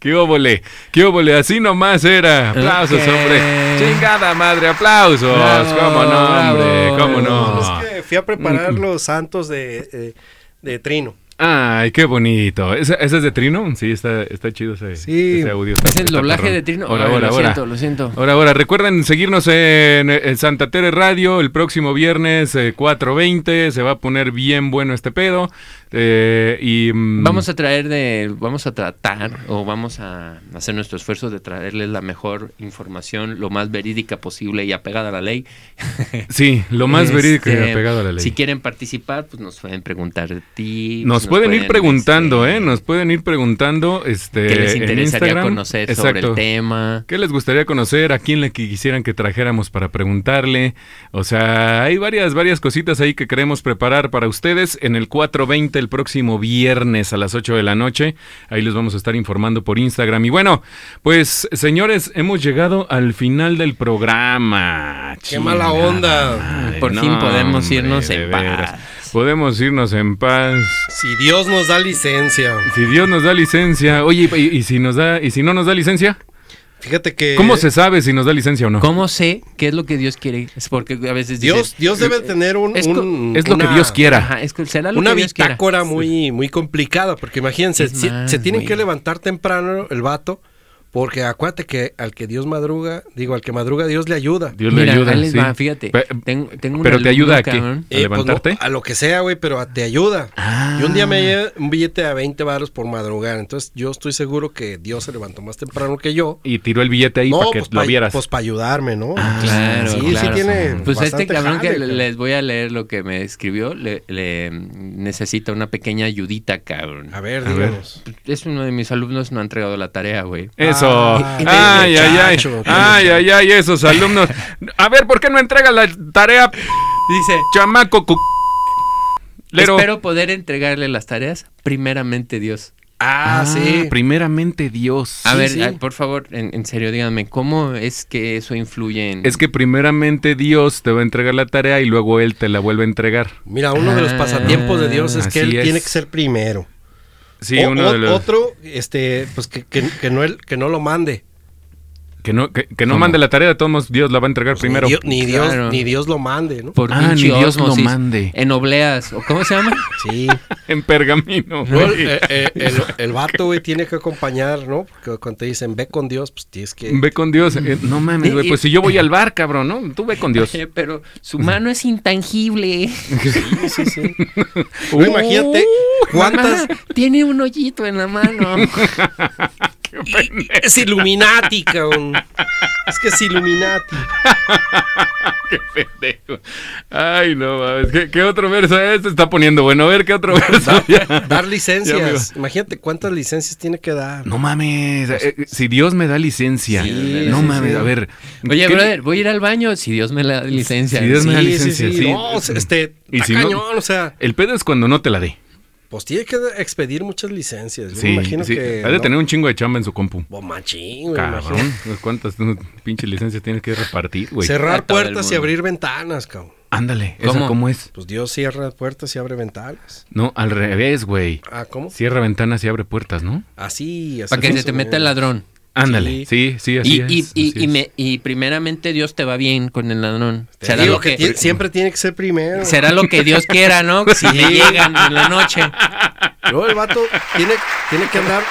Speaker 3: ¿Qué óvole? ¿Qué óvole? Así nomás era. Aplausos,
Speaker 2: Ok.
Speaker 3: hombre. Chingada madre, aplausos.
Speaker 2: Bravo,
Speaker 3: ¿Cómo no, hombre?
Speaker 2: bravo.
Speaker 3: ¿Cómo no?
Speaker 4: santo. Es que Eh, fui a preparar los santos de, eh, de Trino.
Speaker 3: Ay, qué bonito. ¿Ese, ese es de Trino? Sí, está, está chido ese,
Speaker 4: Sí.
Speaker 3: ese audio.
Speaker 2: Es el doblaje de Trino.
Speaker 3: Ahora,
Speaker 2: Ay,
Speaker 3: ahora,
Speaker 2: lo
Speaker 3: ahora.
Speaker 2: siento, lo siento.
Speaker 3: Ahora, ahora, recuerden seguirnos en, en Santa Tere Radio el próximo viernes eh, 4.20. Se va a poner bien bueno este pedo. Eh, y mm,
Speaker 2: Vamos a traer de, vamos a tratar o vamos a hacer nuestro esfuerzo de traerles la mejor información, lo más verídica posible y apegada a la ley.
Speaker 3: Sí, lo más verídico y
Speaker 2: Este,
Speaker 3: apegado a la ley.
Speaker 2: Si quieren participar, pues nos pueden preguntar de ti. pues,
Speaker 3: Nos pueden, ir preguntando, ¿eh? Nos pueden ir preguntando. Este,
Speaker 2: este, ¿Qué les
Speaker 3: en
Speaker 2: interesaría
Speaker 3: Instagram.
Speaker 2: conocer sobre el
Speaker 3: Exacto.
Speaker 2: tema?
Speaker 3: ¿Qué les gustaría conocer? ¿A quién le qui- quisieran que trajéramos para preguntarle? O sea, hay varias, varias cositas ahí que queremos preparar para ustedes en el 420 el próximo viernes a las 8 de la noche. Ahí los vamos a estar informando por Instagram. Y bueno, pues señores, hemos llegado al final del programa.
Speaker 4: ¡Qué mala onda!
Speaker 2: Por fin podemos irnos
Speaker 3: de
Speaker 2: en
Speaker 3: veras.
Speaker 2: paz.
Speaker 3: Podemos irnos en paz.
Speaker 4: Si Dios nos da licencia.
Speaker 3: Si Dios nos da licencia, oye, y, y si nos da, y si no nos da licencia,
Speaker 4: Fíjate que
Speaker 3: ¿cómo se sabe si nos da licencia o no?
Speaker 2: ¿Cómo sé qué es lo que Dios quiere? Es porque a veces dicen,
Speaker 4: Dios, Dios debe tener un,
Speaker 2: es co-
Speaker 4: un-
Speaker 3: Es lo que
Speaker 4: una-
Speaker 3: Dios quiera.
Speaker 2: Ajá, es que será lo
Speaker 4: una
Speaker 2: que Dios quiera.
Speaker 4: bitácora muy, muy complicada, porque imagínense,
Speaker 2: Es
Speaker 4: si-
Speaker 2: más,
Speaker 4: se tienen
Speaker 2: güey.
Speaker 4: que levantar temprano el vato, porque acuérdate que al que Dios madruga, digo, al que madruga Dios le ayuda.
Speaker 3: Dios
Speaker 2: Mira,
Speaker 3: le ayuda.
Speaker 2: ahí les
Speaker 3: sí.
Speaker 2: va, fíjate.
Speaker 3: Pe-
Speaker 2: Tengo- tengo un
Speaker 3: pero
Speaker 2: alumno,
Speaker 3: te ayuda a qué?
Speaker 2: cabrón.
Speaker 3: ¿A
Speaker 4: Eh, pues, no,
Speaker 3: levantarte?
Speaker 4: a lo que sea, güey, pero a- te ayuda. Yo un día me llevé un billete a 20 varos por madrugar, entonces yo estoy seguro que Dios se levantó más temprano que yo.
Speaker 3: Y tiró el billete ahí para que
Speaker 4: pues
Speaker 3: lo vieras.
Speaker 4: Pues para ayudarme, ¿no?
Speaker 2: Claro,
Speaker 4: sí,
Speaker 2: claro.
Speaker 4: sí tiene.
Speaker 2: Pues a este
Speaker 4: bastante
Speaker 2: cabrón que
Speaker 4: jale, cabrón.
Speaker 2: les voy a leer lo que me escribió, le, le, mm, necesita una pequeña ayudita, cabrón.
Speaker 4: A ver,
Speaker 3: ver.
Speaker 4: díganos.
Speaker 2: Es uno de mis alumnos, no ha entregado la tarea, güey.
Speaker 3: eso.
Speaker 4: Ah,
Speaker 3: ay, ay, ay.
Speaker 4: muchacho.
Speaker 3: Ay, ay, ay, esos alumnos. A ver, ¿por qué no entrega la tarea,
Speaker 2: Dice,
Speaker 3: chamaco? cu- Lero?
Speaker 2: espero poder entregarle las tareas, primeramente Dios.
Speaker 4: Ah, sí.
Speaker 3: Primeramente Dios.
Speaker 2: A
Speaker 4: Sí,
Speaker 2: ver,
Speaker 4: sí.
Speaker 2: ah, por favor, en, en serio, díganme, ¿cómo es que eso influye en...?
Speaker 3: Es que primeramente Dios te va a entregar la tarea y luego Él te la vuelve a entregar.
Speaker 4: Mira, uno de los
Speaker 2: Ah,
Speaker 4: pasatiempos de Dios es que
Speaker 3: así
Speaker 4: él
Speaker 3: es.
Speaker 4: tiene que ser primero.
Speaker 3: Sí,
Speaker 4: O-
Speaker 3: uno
Speaker 4: o-
Speaker 3: de los...
Speaker 4: Otro, este, pues que, que- que no, él- que no lo mande.
Speaker 3: Que no, que, que no
Speaker 2: ¿Cómo?
Speaker 3: mande la tarea, de todos modos Dios la va a entregar
Speaker 4: Pues
Speaker 3: primero.
Speaker 4: Ni, Dios, ni, Dios,
Speaker 2: Claro.
Speaker 4: ni Dios lo mande, ¿no?
Speaker 2: Por
Speaker 3: Ah,
Speaker 2: pinche
Speaker 3: ni Dios lo
Speaker 2: ósmosis,
Speaker 3: mande.
Speaker 2: En obleas, ¿o cómo se llama?
Speaker 4: Sí.
Speaker 3: En pergamino.
Speaker 4: Luego,
Speaker 3: güey.
Speaker 4: eh, eh, el, el vato, güey, tiene que acompañar, ¿no? Porque cuando te dicen, ve con Dios, pues tienes que...
Speaker 3: Ve con Dios. eh, no mames, güey. Pues si yo voy al bar, cabrón, ¿no? Tú ve con Dios.
Speaker 2: Oye, Pero su mano es intangible.
Speaker 4: Güey, imagínate
Speaker 3: Uh,
Speaker 4: cuántas...
Speaker 2: Mamá, tiene un hoyito en la mano.
Speaker 4: Es Illuminati, cabrón. Es que es Illuminati.
Speaker 3: Ah, Qué pendejo. Ay, no mames. ¿Qué, qué otro verso es? Se está poniendo bueno. A ver, ¿qué otro verso? Ya.
Speaker 4: Dar
Speaker 3: Ya me iba.
Speaker 4: licencias. Imagínate cuántas licencias tiene que dar.
Speaker 3: No mames. eh, eh, si Dios me da licencia.
Speaker 4: Sí,
Speaker 3: no
Speaker 4: sí,
Speaker 3: mames.
Speaker 4: sí.
Speaker 3: A ver.
Speaker 2: Oye,
Speaker 3: ¿qué-
Speaker 2: brother, voy a ir al baño si Dios me la da licencia.
Speaker 3: Si Dios me da
Speaker 4: Sí,
Speaker 3: licencia,
Speaker 4: sí, sí.
Speaker 3: sí.
Speaker 4: No, o sea, este,
Speaker 3: Y
Speaker 4: está
Speaker 3: si no-
Speaker 4: cañón, o sea,
Speaker 3: El pedo es cuando no te la dé.
Speaker 4: pues tiene que expedir muchas licencias. Yo
Speaker 3: Sí,
Speaker 4: me imagino
Speaker 3: sí.
Speaker 4: que.
Speaker 3: Ha de
Speaker 4: no.
Speaker 3: tener un chingo de chamba en su compu.
Speaker 4: Pues machín, güey,
Speaker 3: Cabrón,
Speaker 4: imagínate.
Speaker 3: ¿cuántas no, pinches licencias tienes que repartir,
Speaker 2: A
Speaker 3: güey?
Speaker 4: Cerrar
Speaker 2: todo el
Speaker 4: puertas y
Speaker 2: mundo.
Speaker 4: abrir ventanas, cabrón.
Speaker 3: Ándale, ¿esa
Speaker 2: ¿Cómo?
Speaker 3: cómo es?
Speaker 4: Pues Dios cierra puertas y abre ventanas.
Speaker 3: No, al revés, güey.
Speaker 4: Ah, ¿cómo?
Speaker 3: Cierra ventanas y abre puertas, ¿no?
Speaker 4: Así, así.
Speaker 2: Para que se te
Speaker 4: funciona.
Speaker 2: meta el ladrón.
Speaker 3: Ándale, sí, sí, así
Speaker 2: Y, y,
Speaker 3: es.
Speaker 2: y,
Speaker 3: así
Speaker 2: y,
Speaker 3: es.
Speaker 2: me- y primeramente Dios te va bien con el ladrón.
Speaker 4: Te
Speaker 2: Será
Speaker 4: digo
Speaker 2: lo que,
Speaker 4: que ti- siempre tiene que ser primero.
Speaker 2: será lo que Dios quiera, ¿no? Si le llegan en la noche.
Speaker 4: Luego el vato tiene, tiene que andar.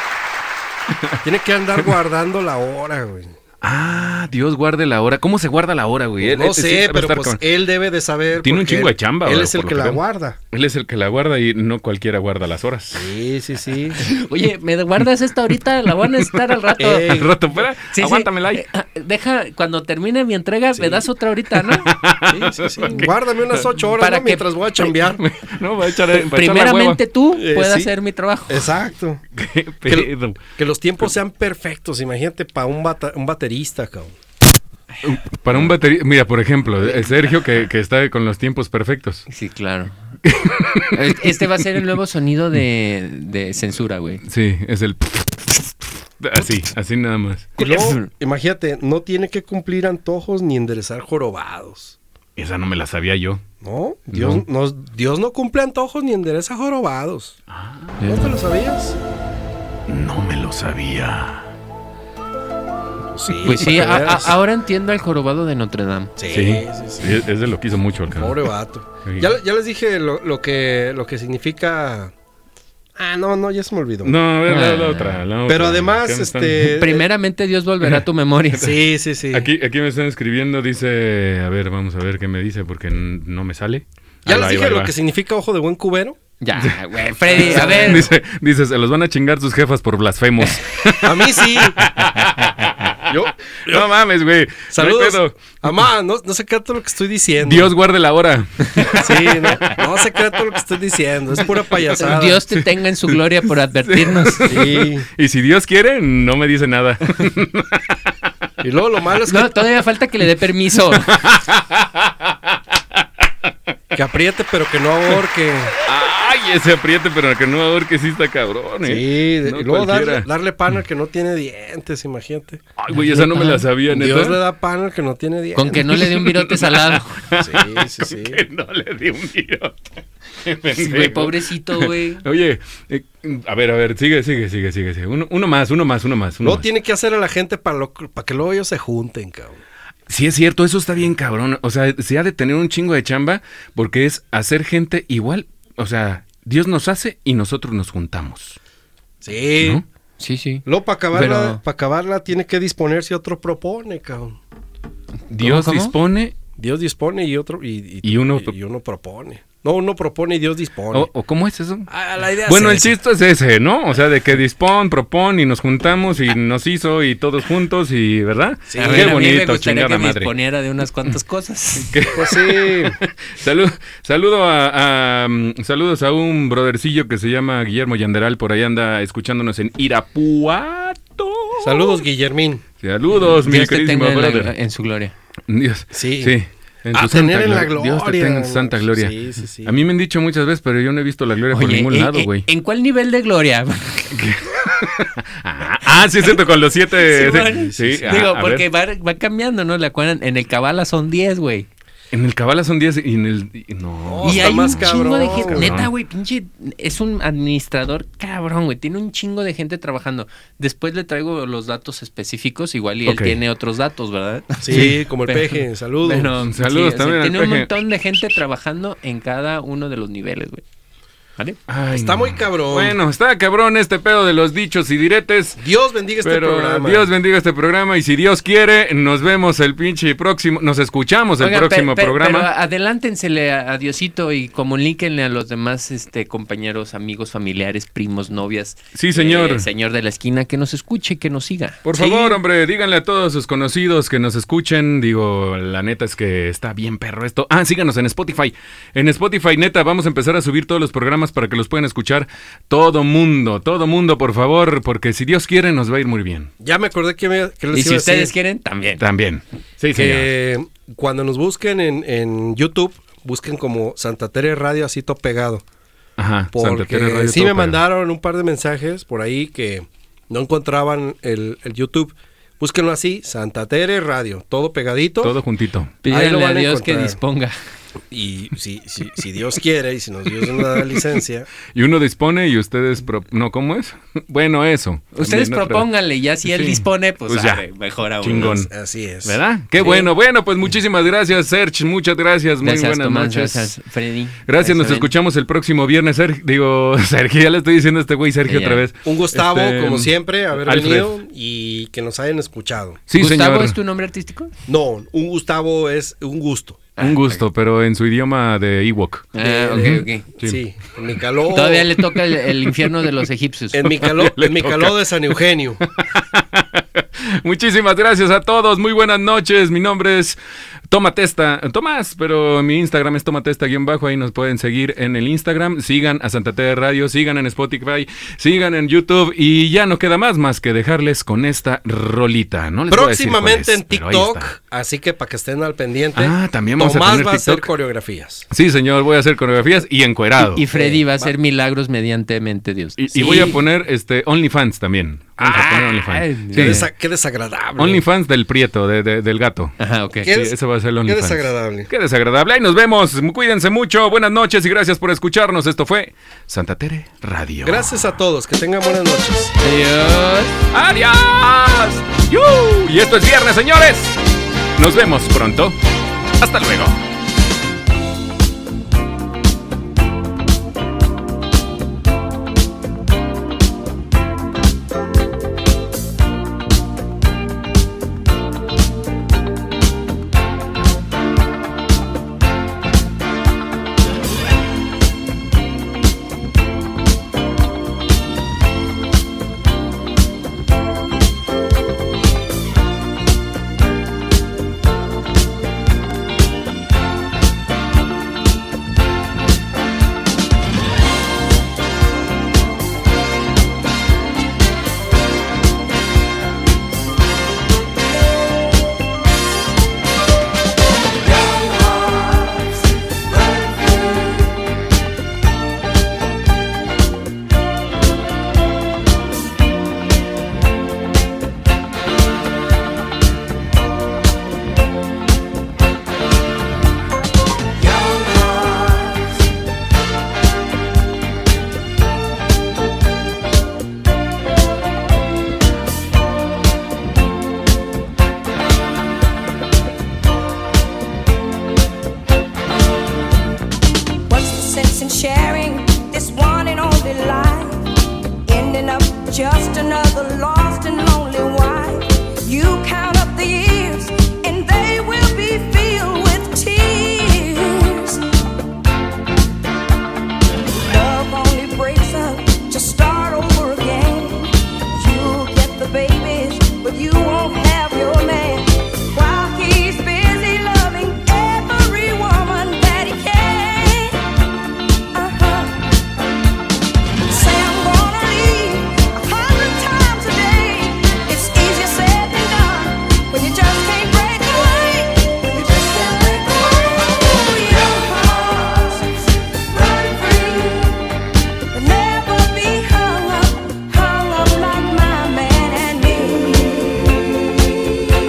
Speaker 4: Tiene que andar guardando la hora, güey.
Speaker 3: Ah, Dios guarde la hora. ¿Cómo se guarda la hora, güey? Él-
Speaker 4: No
Speaker 3: él- Este sí
Speaker 4: sé,
Speaker 3: debe
Speaker 4: pero
Speaker 3: estar
Speaker 4: pues
Speaker 3: con-
Speaker 4: él debe de saber.
Speaker 3: Tiene un
Speaker 4: porque
Speaker 3: chingo de
Speaker 4: él-
Speaker 3: chamba,
Speaker 4: Él
Speaker 3: güey,
Speaker 4: es el
Speaker 3: por
Speaker 4: que
Speaker 3: lo
Speaker 4: la
Speaker 3: veo.
Speaker 4: guarda.
Speaker 3: Él es el que la guarda y no cualquiera guarda las horas.
Speaker 4: Sí, sí, sí.
Speaker 2: Oye, ¿me guardas esta ahorita? La voy a necesitar al rato.
Speaker 3: Al rato, espera,
Speaker 2: Sí, sí.
Speaker 3: aguántamela ahí.
Speaker 2: Eh, ah, Deja, cuando termine mi entrega, me das otra ahorita, ¿no?
Speaker 4: Sí, sí, sí. Guárdame unas ocho horas
Speaker 2: Para
Speaker 4: ¿no?
Speaker 2: que-
Speaker 4: mientras voy a chambear.
Speaker 3: No, va a echar, va a echar
Speaker 2: Primeramente tú
Speaker 4: Eh,
Speaker 2: puedas
Speaker 4: sí.
Speaker 2: hacer mi trabajo.
Speaker 4: Exacto.
Speaker 3: la hueva.
Speaker 4: Que, lo-
Speaker 3: Qué pedo.
Speaker 4: que los tiempos sean perfectos. Imagínate para un, bata- un baterista, cabrón.
Speaker 3: Para un batería, mira, por ejemplo, el Sergio que, que está con los tiempos perfectos.
Speaker 2: Sí, claro. Este va a ser el nuevo sonido de, de censura, güey.
Speaker 3: Sí, es el así, así nada más.
Speaker 4: Y luego, imagínate, no tiene que cumplir antojos ni enderezar jorobados.
Speaker 3: Esa no me la sabía yo.
Speaker 4: ¿No? Dios no, Dios no cumple antojos ni endereza jorobados. ¿No te lo sabías?
Speaker 3: No me lo sabía.
Speaker 4: Sí,
Speaker 2: Pues
Speaker 4: para
Speaker 2: sí,
Speaker 4: que
Speaker 2: a- a-
Speaker 4: veas.
Speaker 2: ahora entiendo al jorobado de Notre Dame.
Speaker 4: Sí,
Speaker 3: Sí,
Speaker 4: sí, sí.
Speaker 3: Es, es de lo que hizo mucho el
Speaker 4: Pobre
Speaker 3: cabrón.
Speaker 4: vato.
Speaker 3: Sí.
Speaker 4: Ya, ya les dije lo, lo que, lo que significa. Ah, no, no, ya se me olvidó.
Speaker 3: No, a ver, la, la otra. la
Speaker 4: Pero
Speaker 3: otra.
Speaker 4: además,
Speaker 3: ¿Qué me están-
Speaker 4: este.
Speaker 2: Primeramente, Dios volverá a tu memoria.
Speaker 4: Sí, sí, sí.
Speaker 3: Aquí, aquí me están escribiendo, dice, a ver, vamos a ver qué me dice porque n- no me sale.
Speaker 4: ya les
Speaker 3: Ah, ahí va,
Speaker 4: dije
Speaker 3: ahí
Speaker 4: lo
Speaker 3: va.
Speaker 4: que significa ojo de buen cubero.
Speaker 2: Ya, güey, Freddy, a ver.
Speaker 3: Dice, dice, se los van a chingar sus jefas por blasfemos.
Speaker 4: A mí sí. Yo.
Speaker 3: no mames, güey. No hay
Speaker 4: Saludos.
Speaker 3: pedo.
Speaker 4: Amá, no, no se crea todo lo que estoy diciendo.
Speaker 3: Dios guarde la hora.
Speaker 4: Sí, no, no se crea todo lo que estoy diciendo. Es pura payasada.
Speaker 2: Dios te tenga en su gloria por advertirnos.
Speaker 4: Sí.
Speaker 3: Y si Dios quiere, no me dice nada.
Speaker 4: Y luego lo malo es que,
Speaker 2: No, todavía falta que le dé permiso.
Speaker 4: que apriete, pero que no ahorque.
Speaker 3: Ay, ese apriete, pero que no ahorque sí está cabrón, eh.
Speaker 4: Sí, de-
Speaker 3: No
Speaker 4: y luego darle,
Speaker 3: cualquiera.
Speaker 4: darle pan al que no tiene dientes, imagínate.
Speaker 3: Ay, güey, esa no me la sabía, neta.
Speaker 4: Dios le da pan al que no tiene dientes.
Speaker 2: Con que no le dé un virote salado.
Speaker 4: Sí, sí,
Speaker 3: Con
Speaker 4: sí.
Speaker 3: que no le di un virote.
Speaker 2: Sí, güey, pobrecito, güey.
Speaker 3: Oye, eh, a ver, a ver, sigue, sigue, sigue, sigue. sigue. Uno, uno más, uno más, uno más. Uno
Speaker 4: Luego
Speaker 3: más.
Speaker 4: tiene que hacer a la gente para, lo- para que luego ellos se junten, cabrón.
Speaker 3: Sí, es cierto, eso está bien cabrón. O sea, se ha de tener un chingo de chamba porque es hacer gente igual. O sea, Dios nos hace y nosotros nos juntamos.
Speaker 4: Sí.
Speaker 3: ¿No?
Speaker 2: Sí, sí.
Speaker 4: Eh, Luego para acabarla,
Speaker 2: Pero-
Speaker 4: para acabarla tiene que disponer si otro propone, cabrón.
Speaker 3: Dios
Speaker 2: cómo?
Speaker 3: dispone,
Speaker 4: Dios dispone y otro y,
Speaker 3: Y uno-
Speaker 4: y uno propone. No, uno propone y Dios dispone.
Speaker 2: Oh.
Speaker 3: o, o ¿cómo es eso?
Speaker 4: Ah, la idea
Speaker 3: Bueno,
Speaker 4: es
Speaker 3: el
Speaker 4: esa.
Speaker 3: chiste es ese, ¿no? O sea, de que dispón, propón y nos juntamos y nos hizo y todos juntos y, ¿verdad?
Speaker 2: A ver, a mí me gustaría que me disponiera de unas cuantas cosas.
Speaker 4: Pues sí.
Speaker 3: Salud- saludo a, a, mm, saludos a un brothercillo que se llama Guillermo Yanderal, por ahí anda escuchándonos en Irapuato.
Speaker 4: Saludos, Guillermín.
Speaker 3: Saludos, mi
Speaker 2: Dios te
Speaker 3: queridísimo
Speaker 2: tenga en, la-
Speaker 3: brother.
Speaker 2: en su gloria.
Speaker 3: Dios.
Speaker 4: Sí.
Speaker 3: En
Speaker 4: A
Speaker 3: tu
Speaker 4: tener en la
Speaker 3: glo- Dios te
Speaker 4: gloria.
Speaker 3: tenga en su santa gloria.
Speaker 4: Sí, sí, sí.
Speaker 3: A mí me han dicho muchas veces, pero yo no he visto la gloria por
Speaker 2: Oye,
Speaker 3: ningún
Speaker 2: eh,
Speaker 3: lado,
Speaker 2: eh,
Speaker 3: güey.
Speaker 2: ¿en cuál nivel de gloria?
Speaker 3: Ah, ah, sí, es cierto, con los siete.
Speaker 2: Simón.
Speaker 3: sí, sí, ah,
Speaker 2: Digo,
Speaker 3: a
Speaker 2: porque
Speaker 3: ver.
Speaker 2: va, va cambiando, ¿no? ¿Le acuerdan? En el Cabala son 10, güey.
Speaker 3: En el Cabala son 10 y en el. y- no.
Speaker 4: Oh,
Speaker 2: y
Speaker 4: está
Speaker 2: hay
Speaker 4: más
Speaker 2: un chingo de
Speaker 4: cabrón,
Speaker 2: gente.
Speaker 3: cabrón.
Speaker 2: Neta, güey, pinche. Es un administrador cabrón, güey. Tiene un chingo de gente trabajando. Después le traigo los datos específicos, igual y él
Speaker 3: Ok.
Speaker 2: tiene otros datos, ¿verdad?
Speaker 4: Sí, como el peje. Saludos.
Speaker 2: Pero,
Speaker 3: Saludos también al
Speaker 2: Tiene un
Speaker 3: peje.
Speaker 2: montón de gente trabajando en cada uno de los niveles, güey. ¿Vale?
Speaker 3: Ay,
Speaker 4: Está
Speaker 3: no.
Speaker 4: muy cabrón.
Speaker 3: Bueno, está cabrón este pedo de los dichos y diretes.
Speaker 4: Dios bendiga este
Speaker 3: pero
Speaker 4: programa.
Speaker 3: Dios bendiga este programa y si Dios quiere, nos vemos el pinche próximo. Nos escuchamos Pues el
Speaker 2: Oigan, pe-
Speaker 3: próximo
Speaker 2: pe-
Speaker 4: ah,
Speaker 3: programa.
Speaker 2: Pero adelántensele a, a Diosito y comuníquenle a los demás este, compañeros, amigos, familiares, primos, novias.
Speaker 3: Sí, señor.
Speaker 2: eh, señor de la esquina, que nos escuche, que nos siga.
Speaker 3: Por
Speaker 4: Sí.
Speaker 3: favor, hombre, díganle a todos sus conocidos que nos escuchen. Digo, la neta es que está bien perro esto. Ah, síganos en Spotify. En Spotify, neta, vamos a empezar a subir todos los programas para que los puedan escuchar todo mundo. Todo mundo, por favor, porque si Dios quiere, nos va a ir muy bien.
Speaker 4: Ya me acordé que, me, que les
Speaker 2: Y
Speaker 4: iba
Speaker 2: si
Speaker 4: a
Speaker 2: ustedes
Speaker 4: decir
Speaker 2: quieren, también.
Speaker 3: También. Sí, señor.
Speaker 4: que cuando nos busquen en, en YouTube, busquen como Santa Tere Radio así todo pegado.
Speaker 3: Ajá. Santa
Speaker 4: Porque
Speaker 3: Teresa Radio
Speaker 4: sí me
Speaker 3: Topa.
Speaker 4: mandaron un par de mensajes por ahí que no encontraban el, el YouTube. Búsquenlo así, Santa Tere Radio, todo pegadito.
Speaker 3: Todo juntito.
Speaker 4: Ahí lo
Speaker 2: Pídanle a
Speaker 4: van a
Speaker 2: Dios que
Speaker 4: encontrar.
Speaker 2: disponga.
Speaker 4: Y si, si, si Dios quiere y si nos Dios nos da licencia,
Speaker 3: Y uno dispone y ustedes... pro- No, ¿cómo es? Bueno, eso.
Speaker 2: Ustedes
Speaker 3: También otra-
Speaker 2: propónganle, ya si él
Speaker 3: Sí.
Speaker 2: dispone, pues,
Speaker 3: Pues ya.
Speaker 2: arre, mejor aún.
Speaker 3: Chingón.
Speaker 4: así es.
Speaker 3: ¿Verdad? Qué
Speaker 2: Sí.
Speaker 3: bueno. Bueno, pues muchísimas gracias, Serge. Muchas gracias. Muy
Speaker 2: Gracias,
Speaker 3: buenas
Speaker 2: Tomás,
Speaker 3: noches.
Speaker 2: gracias, Freddy.
Speaker 3: Gracias, nos
Speaker 2: Excelente.
Speaker 3: escuchamos el próximo viernes, Sergio. Digo, Sergio, ya le estoy diciendo a este güey Sergio
Speaker 2: Sí, ya.
Speaker 3: otra vez.
Speaker 4: Un Gustavo,
Speaker 3: Este,
Speaker 4: como siempre, haber
Speaker 3: Alfred.
Speaker 4: venido y que nos hayan escuchado.
Speaker 3: Sí,
Speaker 2: ¿Gustavo
Speaker 3: señor.
Speaker 2: es tu nombre artístico?
Speaker 4: No, un Gustavo es un gusto.
Speaker 3: Un gusto, pero en su idioma de Ewok.
Speaker 2: Ah, ok,
Speaker 4: Eh,
Speaker 2: ok.
Speaker 3: Sí.
Speaker 4: Sí, en mi calor.
Speaker 2: Todavía le toca el, el infierno de los egipcios.
Speaker 4: En mi calor,
Speaker 3: le
Speaker 4: en mi
Speaker 3: toca.
Speaker 4: calor de San Eugenio.
Speaker 3: Muchísimas gracias a todos. Muy buenas noches. Mi nombre es Toma Testa. Tomás, pero mi Instagram es tomatesta-bajo. Ahí nos pueden seguir en el Instagram. Sigan a Santa Tere Radio, sigan en Spotify, sigan en YouTube. Y ya no queda más más que dejarles con esta rolita. No les voy a decir cuál
Speaker 4: Próximamente
Speaker 3: es,
Speaker 4: en
Speaker 3: pero ahí está.
Speaker 4: TikTok, así que para que estén al pendiente.
Speaker 3: Ah, también vamos a
Speaker 4: Tomás
Speaker 3: poner
Speaker 4: va a hacer
Speaker 3: TikTok.
Speaker 4: coreografías.
Speaker 3: Sí, señor, voy a hacer coreografías y encuerado.
Speaker 2: Y Freddy
Speaker 4: Sí,
Speaker 2: va a
Speaker 4: va.
Speaker 2: hacer milagros mediante mente Dios. Ah,
Speaker 3: Y, y voy a poner este OnlyFans también. Vamos a poner OnlyFans.
Speaker 2: ay,
Speaker 3: Sí.
Speaker 4: Qué, desa- qué desagradable.
Speaker 3: OnlyFans del Prieto, de- de- del gato.
Speaker 2: Ajá, ok.
Speaker 4: ¿Qué
Speaker 3: Sí,
Speaker 4: des-
Speaker 3: ese va a ser el
Speaker 4: Qué
Speaker 3: OnlyFans.
Speaker 4: desagradable.
Speaker 3: Qué desagradable. Ahí nos vemos. Cuídense mucho. Buenas noches y gracias por escucharnos. Esto fue Santa Tere Radio.
Speaker 4: Gracias a todos, que tengan buenas noches.
Speaker 2: Adiós.
Speaker 3: Adiós. ¡Yu! Y esto es viernes, señores. Nos vemos pronto. Hasta luego.
Speaker 11: What's the sense in sharing this one and only life? Ending up just another lost and lonely wife. You count up the years, and they will be filled with tears. Love only breaks up to start over again. You'll get the babies, but you won't have your man. While he's busy loving every woman that he can. Uh-huh. Say I'm gonna leave a hundred times a day. It's easier said than done when you just can't break away. When you just can't break away. Your heart's running free. Never be hung up, hung up like my man and me. Mm-hmm.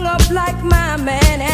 Speaker 11: my man Oh,